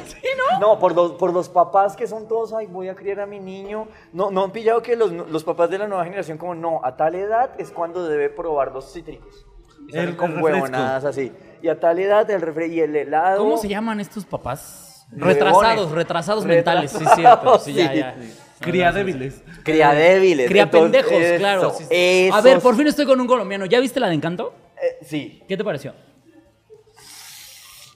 no? por los, por los papás que son todos, ay, voy a criar a mi niño. No, no han pillado que los, los papás de la nueva generación, como no, a tal edad es cuando debe probar los cítricos. Y salen El- con el refresco. huevonadas así. Y a tal edad el refresco y el helado. ¿Cómo se llaman estos papás? Huevones. Retrasados, retrasados Retrasados, mentales, sí, cierto. Sí, ya, [LAUGHS] sí. ya. Cría débiles. Cría débiles. Cría Entonces, pendejos, eso, claro. sí, sí. A esos- ver, por fin estoy con un colombiano. ¿Ya viste la de Encanto? eh, sí. ¿Qué te pareció?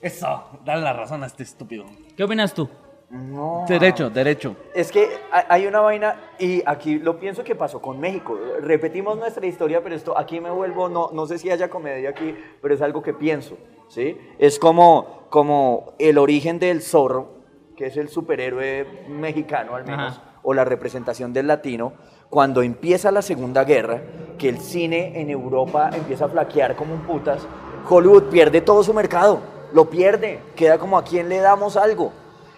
Eso, dale la razón a este estúpido. ¿Qué opinas tú? No. Derecho, derecho. Es que ha- hay una vaina, y aquí lo pienso que pasó con México. Repetimos nuestra historia, pero esto aquí me vuelvo, no, no sé si haya comedia aquí, pero es algo que pienso, ¿sí? Es como, como el origen del zorro, que es el superhéroe mexicano al menos, Ajá. o la representación del latino, cuando empieza la Segunda Guerra, que el cine en Europa empieza a flaquear como un putas, Hollywood pierde todo su mercado, lo pierde, queda como a quién le damos algo.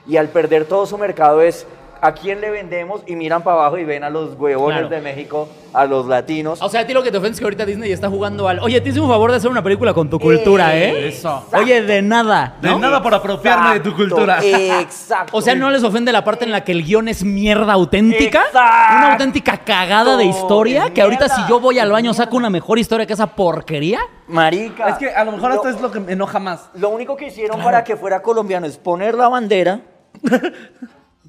Y al perder todo su mercado es a quién le vendemos y miran para abajo y ven a los huevones Claro. de México, a los latinos. O sea, a ti lo que te ofende es que ahorita Disney está jugando al. Oye, te hice un favor de hacer una película con tu cultura, ¿eh? Eso. Oye, de nada. De nada por apropiarme de tu Exacto, Eh, cultura. Exacto. O sea, ¿no les ofende la parte en la que el guión es mierda auténtica? Exacto. Una auténtica cagada de historia. Es Que ahorita mierda, si yo voy al es baño mierda. saco una mejor historia que esa porquería. [LAUGHS] Marica. Es que a lo mejor hasta es lo que me enoja más. Lo único que hicieron para que fuera colombiano es poner [LAUGHS] la bandera,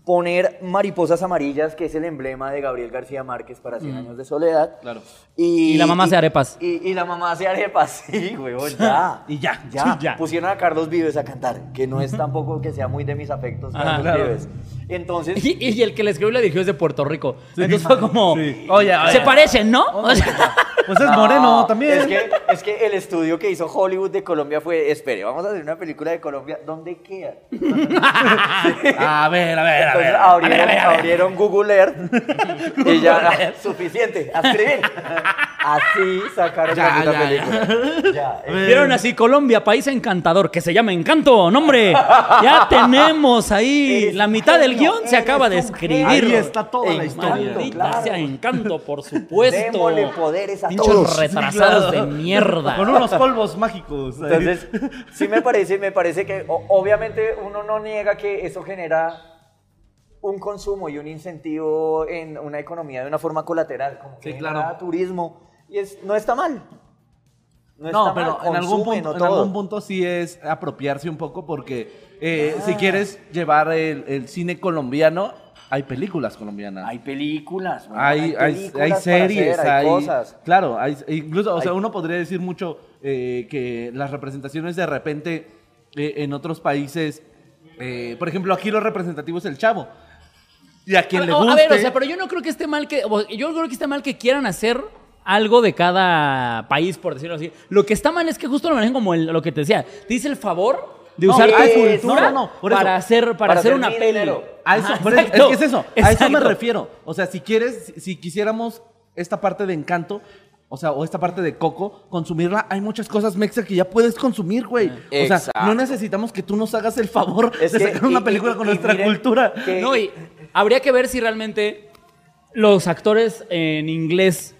poner mariposas amarillas, que es el emblema de Gabriel García Márquez para 100 años de soledad. Mm. Claro. Y, Y la mamá hace arepas. Y, y la mamá hace arepas, [LAUGHS] sí, huevón, ya. Y ya, ya. sí, ya. Pusieron a Carlos Vives a cantar, que no es tampoco que sea muy de mis afectos, Ajá, Carlos claro. Vives. [LAUGHS] Entonces, Y, y el que le escribió y la dirigió es de Puerto Rico. Entonces fue como. Sí. Oye, oye. Se parecen, ¿no? O sea, Pues es No, moreno también. Ah, Es que, es que el estudio que hizo Hollywood de Colombia fue, espere, vamos a hacer una película de Colombia, ¿dónde queda? [LAUGHS] A ver, a ver, a Entonces ver. abrieron, abrieron Google Earth [LAUGHS] y ya, ah, [LAUGHS] suficiente, a escribir. Así sacaron Ya, la puta ya, película. Ya, eh, [LAUGHS] Vieron así Colombia, país encantador, que se llama Encanto, nombre. Ya tenemos ahí Eres la mitad del genio, guión se eres acaba de un escribir. genio. Ahí está toda la Maldita historia. Claro. sea Encanto, por supuesto. Démosle poderes a Pinchos todos. retrasados Sí, claro. de mierda. Con unos polvos mágicos. ahí. Entonces, [LAUGHS] sí me parece, me parece que o- obviamente uno no niega que eso genera un consumo y un incentivo en una economía de una forma colateral, como que Sí, claro. genera turismo y es, no está mal. No, está No, mal, pero en algún, consumen, punto, no en todo. algún punto sí es apropiarse un poco porque Ah. eh, si quieres llevar el, el cine colombiano, hay películas colombianas. Hay películas, ¿no? hay, hay- películas hay para series, hacer, hay, cosas. Claro, hay, e incluso, o sea, Hay- uno podría decir mucho eh, que las representaciones de repente eh, en otros países, eh, por ejemplo, aquí lo representativo es el chavo. Y a Ah, quien a, le o- a guste. ver, o sea, pero yo no creo que esté mal que. o- Yo creo que esté mal que quieran hacer algo de cada país, por decirlo así. Lo que está mal es que justo lo manejan como el- lo que te decía. Te hice el favor. eh, De usar tu eso, cultura no, no, por eso. para hacer, para Para hacer hacer una mi peli. dinero. A eso, Ajá, por eso- es exacto, que es eso, a eso me exacto. refiero. O sea, si quieres, si, si quisiéramos esta parte de encanto, o sea, o esta parte de coco, consumirla, hay muchas cosas mexa que ya puedes consumir, güey. O sea, Exacto. no necesitamos que tú nos hagas el favor [LAUGHS] Es de que- sacar una y- película y- con y nuestra miren cultura. que- No, y habría que ver si realmente los actores en inglés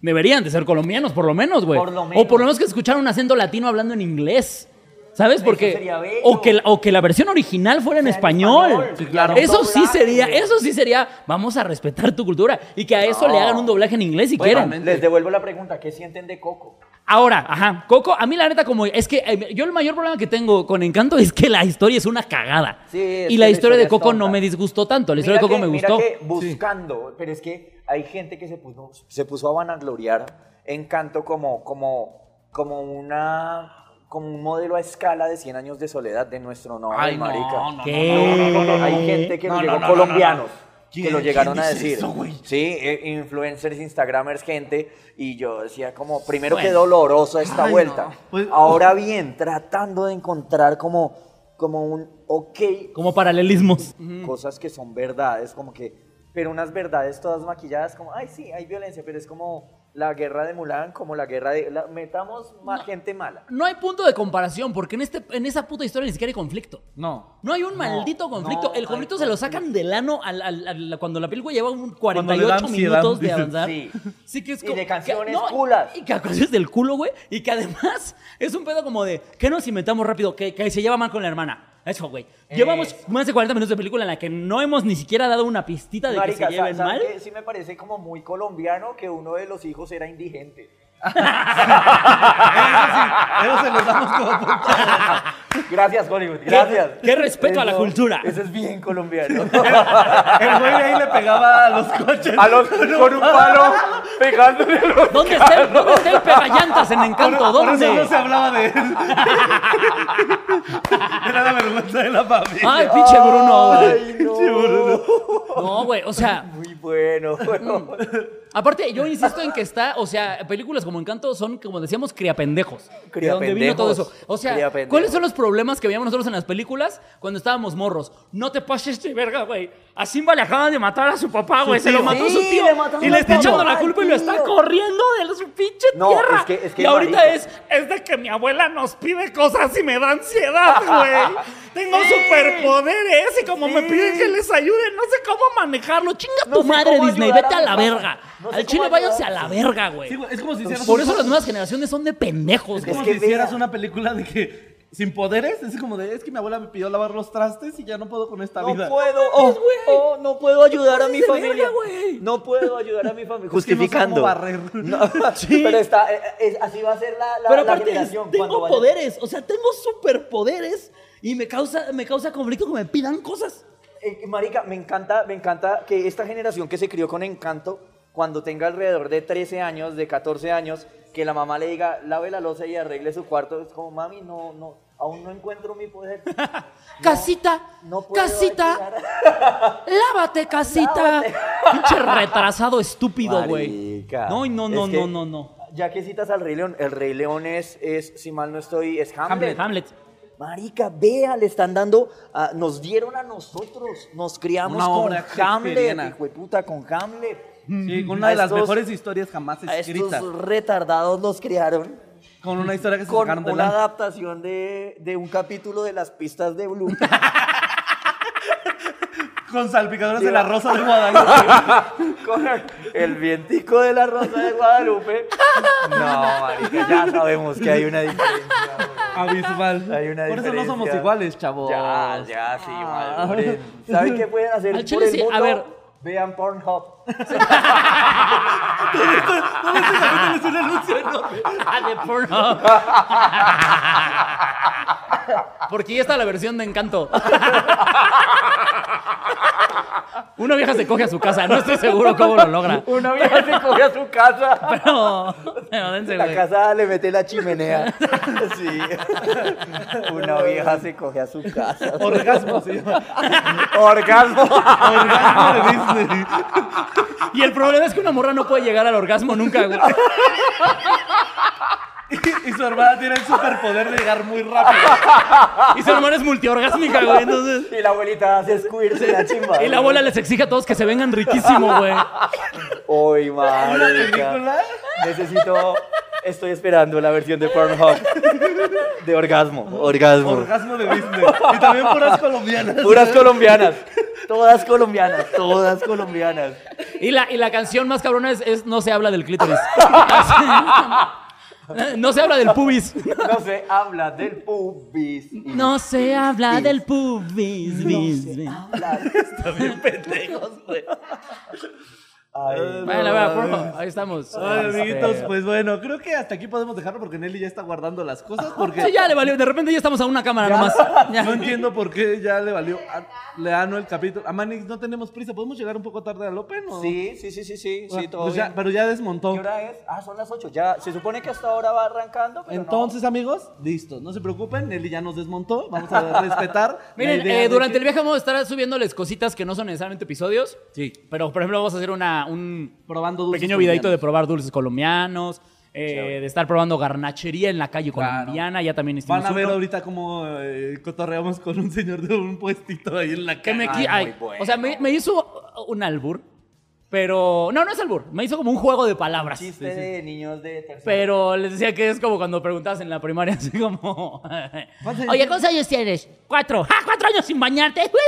Deberían de ser colombianos, por lo menos, güey. Por lo menos. O por lo menos que escucharan un acento latino hablando en inglés. ¿Sabes? Porque. sería bello. o, que, la- o que la versión original fuera en Sea en español. español. Sí, claro. Eso Doblaje. sí sería, eso sí sería, vamos a respetar tu cultura. Y que a eso le hagan un doblaje en inglés si Bueno, quieren. les devuelvo la pregunta, ¿qué sienten de Coco? Ahora, ajá, Coco, a mí la neta como es que eh, yo el mayor problema que tengo con Encanto [LAUGHS] es que la historia es una cagada. Sí, es y que la historia la historia de es Coco tonta. no me disgustó tanto, la historia de Coco que- me mira gustó. que buscando, pero es que hay gente que se puso, se puso a vanagloriar Encanto como, como, como una como un modelo a escala de 100 años de soledad de nuestro nombre, Ay, no, marica. no, no, ¿Qué? No, no, no, Hay gente que No, lo no, llegó, no, no, colombianos, no, no. que ¿Quién- lo llegaron quién a dice decir. eso, güey? sí, eh, influencers, instagramers, gente. Y yo decía como, primero Bueno. que dolorosa esta Ay, no. vuelta. Pues- Ahora bien, tratando de encontrar como, como un ok Como paralelismos. cosas que son verdades, como que, pero unas verdades todas maquilladas, como, ay, sí, hay violencia, pero es como la guerra de Mulan, como la guerra de, la- metamos más gente mala. No hay punto de comparación porque en este en esa puta historia ni siquiera hay conflicto. No. No hay un maldito conflicto. no el conflicto hay se lo sacan del ano al- al- al- cuando la película lleva un le da 48 ansiedad, minutos de dices. avanzar. [LAUGHS] Sí. Sí que es Y como- de canciones que- culas. Y que canciones del culo, güey. Y que además es un pedo como de, ¿qué nos inventamos rápido? Que, que se lleva mal con la hermana. Eso, güey. Eh. Llevamos más de 40 minutos de película en la que no hemos ni siquiera dado una pistita de Marica, que se lleven ¿sabes mal. qué? Sí me parece como muy colombiano que uno de los hijos [LAUGHS] era indigente. Eso se los damos como puntada. [LAUGHS] Gracias, Hollywood, gracias. qué respeto a la cultura. Eso es [LAUGHS] bien colombiano. El güey de ahí le pegaba a los coches. A los, con un palo pegándole a los ¿Dónde está, el, ¿Dónde está el [LAUGHS] pegallantas en Por- Encanto? Por ¿Dónde? eso no se hablaba de [LAUGHS] él. Era la vergüenza de la familia. Ay, pinche Ah, Bruno, güey. Ay, no. No, güey. O sea, Muy [LAUGHS] bueno, bueno. Aparte, yo insisto en que está, o sea, películas como Encanto son, como decíamos, criapendejos. de donde vino Criapendejos. todo eso. O sea, Criapendejos. ¿cuáles son los problemas que veíamos nosotros en las películas cuando estábamos morros? No te pases de verga, güey. A Simba le acaban de matar a su papá, güey. Se lo tío. mató Sí, su tío. le mataron y le al está tío. echando la culpa y lo Al está tío. corriendo de su pinche No, tierra. es que- es que, y ahorita marica. es, es de que mi abuela nos pide cosas y me da [LAUGHS] ansiedad, güey. Tengo superpoderes y como me Sí. piden que les ayude, no sé cómo manejarlo. Chinga No tu sé madre, cómo Disney. ayudar Vete a a la mi verga. papá. No sé Al chile cómo váyanse a ayudar. la verga, güey. Sí, güey, es como si hicieras, Por un- eso las nuevas generaciones son de pendejos, es güey. como Es si que hicieras vea. una película de que sin poderes, es como de, es que mi abuela me pidió lavar los trastes y ya no puedo con esta No vida. puedo, oh, güey. oh, no puedo ayudar a mi pases de verga, familia. güey. no puedo ayudar a mi familia. Es que no sé cómo Justificando. barrer. [LAUGHS] No, Pero está, eh, es- así va a ser la, la, Pero la aparte, es, generación. cuando tengo vaya- poderes. O sea, tengo superpoderes y me causa, me causa conflicto que me pidan cosas. Eh, marica, me encanta, me encanta que esta generación que se crió con encanto, cuando tenga alrededor de 13 años, de 14 años, que la mamá le diga, lave la loza y arregle su cuarto, es como, mami, no, no, aún no encuentro mi [LAUGHS] poder. Casita, No puedo casita, ayudar. lávate, casita. Pinche retrasado estúpido, güey. Marica. No, no, no, Es que- no, no, no. Ya que citas al Rey León, el Rey León es, es si mal no estoy, es Hamlet. Hamlet. Marica, vea, le están dando, ah, nos dieron a nosotros, nos criamos Una con obra shakespeariana. Hamlet, hijo de puta, con Hamlet. Sí, con una de A las estos- mejores historias jamás A escritas. estos retardados los criaron Con una historia que se con sacaron de una la... adaptación de, de un capítulo de las pistas de Blue. [LAUGHS] Con salpicadoras Sí, de la va. rosa de [LAUGHS] Guadalupe. con el vientico de la Rosa de Guadalupe. No, marica, ya sabemos que hay una diferencia. güey. Abismal. Hay una Por eso no somos diferencia. iguales, chavos. Ya, ya, sí, madre. ¿Saben qué pueden Oh. hacer Ah. Al por chile el sí, a mundo? ver. Vean Pornhub. [LAUGHS] Es un anuncio enorme. de Pornhub. Porque ya está la versión de Encanto. Una vieja se coge a su casa, no estoy seguro cómo lo logra. Una vieja se coge a su [LAUGHS] casa. Pero, pero dense, La güey. casa le mete la [LAUGHS] chimenea. Sí. Una vieja se coge a su casa. Orgasmo se llama. [LAUGHS] Orgasmo. [LAUGHS] Orgasmo de Disney. [LAUGHS] Y el problema es que una morra no puede llegar al orgasmo nunca, güey. Y, y su hermana tiene el superpoder de llegar muy rápido. Y su hermana es multiorgásmica, güey. Entonces. Y la abuelita hace squirt en la chimba. Y la abuela les exige a todos que se vengan riquísimo, güey. Uy, marica. película? Necesito... Estoy esperando la versión de Pornhub. De orgasmo. Orgasmo. Orgasmo de Disney. Y también puras colombianas. [LAUGHS] Puras colombianas. Todas colombianas, todas colombianas. Y la, y la canción más cabrona es, es No se habla del clítoris. [LAUGHS] no se habla del pubis. No se habla del pubis. Mm. No se habla del pubis. bis, bis. Están bien pendejos, güey. Ay, Vayan a ver, por favor. Ahí estamos. Ay, Este, amiguitos, pues bueno, creo que hasta aquí podemos dejarlo porque Nelly ya está guardando las cosas porque sí, ya le valió. De repente ya estamos a una cámara [LAUGHS] nomás. Ya. no entiendo por qué ya le valió a Leano el capítulo. A Manix, no tenemos prisa, ¿podemos llegar un poco tarde al Open? o? Sí, sí, sí, sí, sí, Ah, sí, todo pues ya, bien. pero ya ¿Qué desmontó. hora es? Ah, son las 8. Ya, se supone que hasta ahora va arrancando, pero no. Entonces, amigos, listo, no se preocupen, Nelly ya nos desmontó, vamos [LAUGHS] a respetar. la Miren, idea eh, de durante que- el viaje vamos a estar subiéndoles cositas que no son necesariamente episodios. Sí. Pero, por ejemplo, vamos a hacer una, un probando dulces pequeño videito de colombianos. probar dulces colombianos. eh, de estar probando garnachería en la calle Claro. colombiana. Ya también hicimos Van a ver uno. ahorita cómo eh, cotorreamos con un señor de un puestito ahí en la Que me calle. qui- ay, O sea, me, me hizo un albur, pero. No, no es albur. Me hizo como un juego de palabras. Chiste de niños de tercero. Pero les decía que es como cuando preguntabas en la primaria, [LAUGHS] así como. ¿Cuántos años Oye, ¿cuántos años tienes? Cuatro. ¡Ah, cuatro años sin bañarte! [LAUGHS]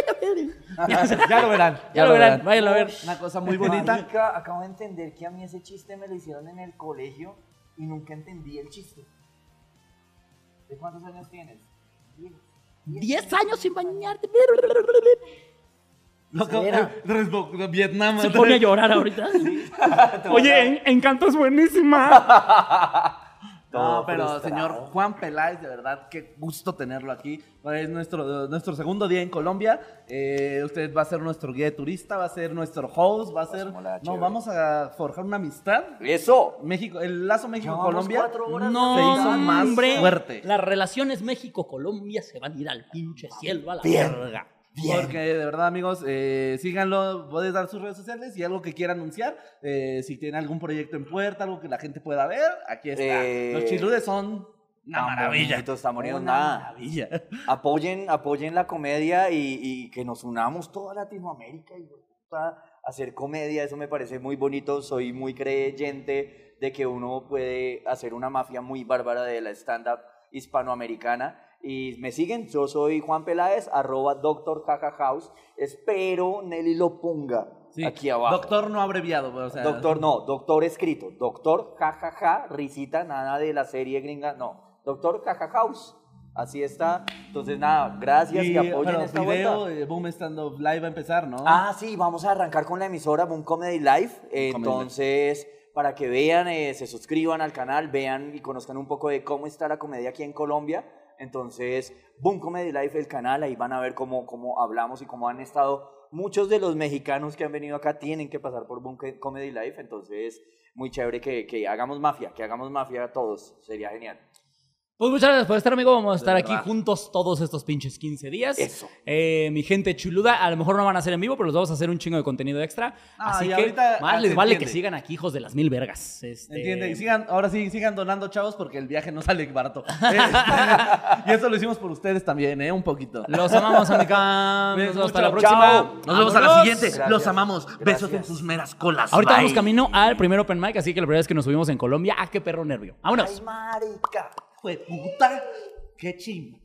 [LAUGHS] Ya lo verán. Ya lo verán, váyanlo a ver. Una cosa muy [LAUGHS] bonita. Marica, acabo de entender que a mí ese chiste me lo hicieron en el colegio y nunca entendí el chiste. ¿De cuántos años tienes? Diez. Diez años sin bañarte. Loco, Era. eh, resbo- Vietnam. Se pone a llorar ahorita. Oye, en- Encanto es buenísima. No, pero frustrado. señor Juan Peláez, de verdad, qué gusto tenerlo aquí. Es nuestro, nuestro segundo día en Colombia. Eh, usted va a ser nuestro guía de turista, va a ser nuestro host, va a ser... mola, No, chévere. vamos a forjar una amistad. ¡Eso! México, el lazo Llevamos México-Colombia. cuatro horas No, Se hizo más hombre. fuerte. Las relaciones México-Colombia se van a ir al pinche cielo, a la verga. Porque de verdad, amigos, eh, síganlo, puedes dar sus redes sociales y algo que quiera anunciar. eh, si tiene algún proyecto en puerta, algo que la gente pueda ver, aquí está. Eh, Los chiludes son una tan maravilla. bonitos, tan bonitos, Una nada. maravilla. Apoyen, apoyen la comedia y, y que nos unamos toda Latinoamérica y puta, hacer comedia, eso me parece muy bonito. Soy muy creyente de que uno puede hacer una mafia muy bárbara de la stand-up hispanoamericana. Y me siguen, yo soy Juan Peláez, arroba Doctor Jaja House. Espero Nelly lo ponga Sí. aquí abajo. Doctor no abreviado, o sea, Doctor, no, doctor escrito. Doctor, jajaja, risita, nada de la serie gringa, no. Doctor, jajaja, house. Así está. Entonces, nada, gracias y, Y, apoyen pero esta video, vuelta. eh, Boom Stand Up Live va a empezar, ¿no? Ah, sí, vamos a arrancar con la emisora Boom Comedy Live. Entonces, para que vean, eh, se suscriban al canal, vean y conozcan un poco de cómo está la comedia aquí en Colombia. Entonces, Boom Comedy Live, el canal, ahí van a ver cómo, cómo hablamos y cómo han estado. Muchos de los mexicanos que han venido acá tienen que pasar por Boom Co- Comedy Live, entonces, muy chévere que, que hagamos mafia, que hagamos mafia a todos, sería genial. Pues muchas gracias por estar, amigo. Vamos a estar De aquí verdad. juntos todos estos pinches 15 días. Eso. Eh, mi gente chuluda, a lo mejor no van a ser en vivo, pero los vamos a hacer un chingo de contenido extra. Ah, Así y que ahorita- más ah, les se vale que entiende. sigan aquí, hijos de las mil vergas. Este, Entiende, y sigan, ahora sí, sigan donando, chavos, porque el viaje no sale [LAUGHS] barato. [LAUGHS] Este, y eso lo hicimos por ustedes también, ¿eh? Un poquito. Los amamos, [LAUGHS] amiga. Nos Bien, vemos hasta Pues mucho. la próxima. Chao. Nos vemos a la Vámonos. siguiente. Los Gracias. amamos. Besos en Gracias. sus meras colas. Ahorita Bye. vamos camino al primer open mic, así que la primera vez que nos subimos en Colombia, ¡ah, qué perro nervio! ¡Vámonos! ¡Ay, marica! Fue puta. Qué chimba.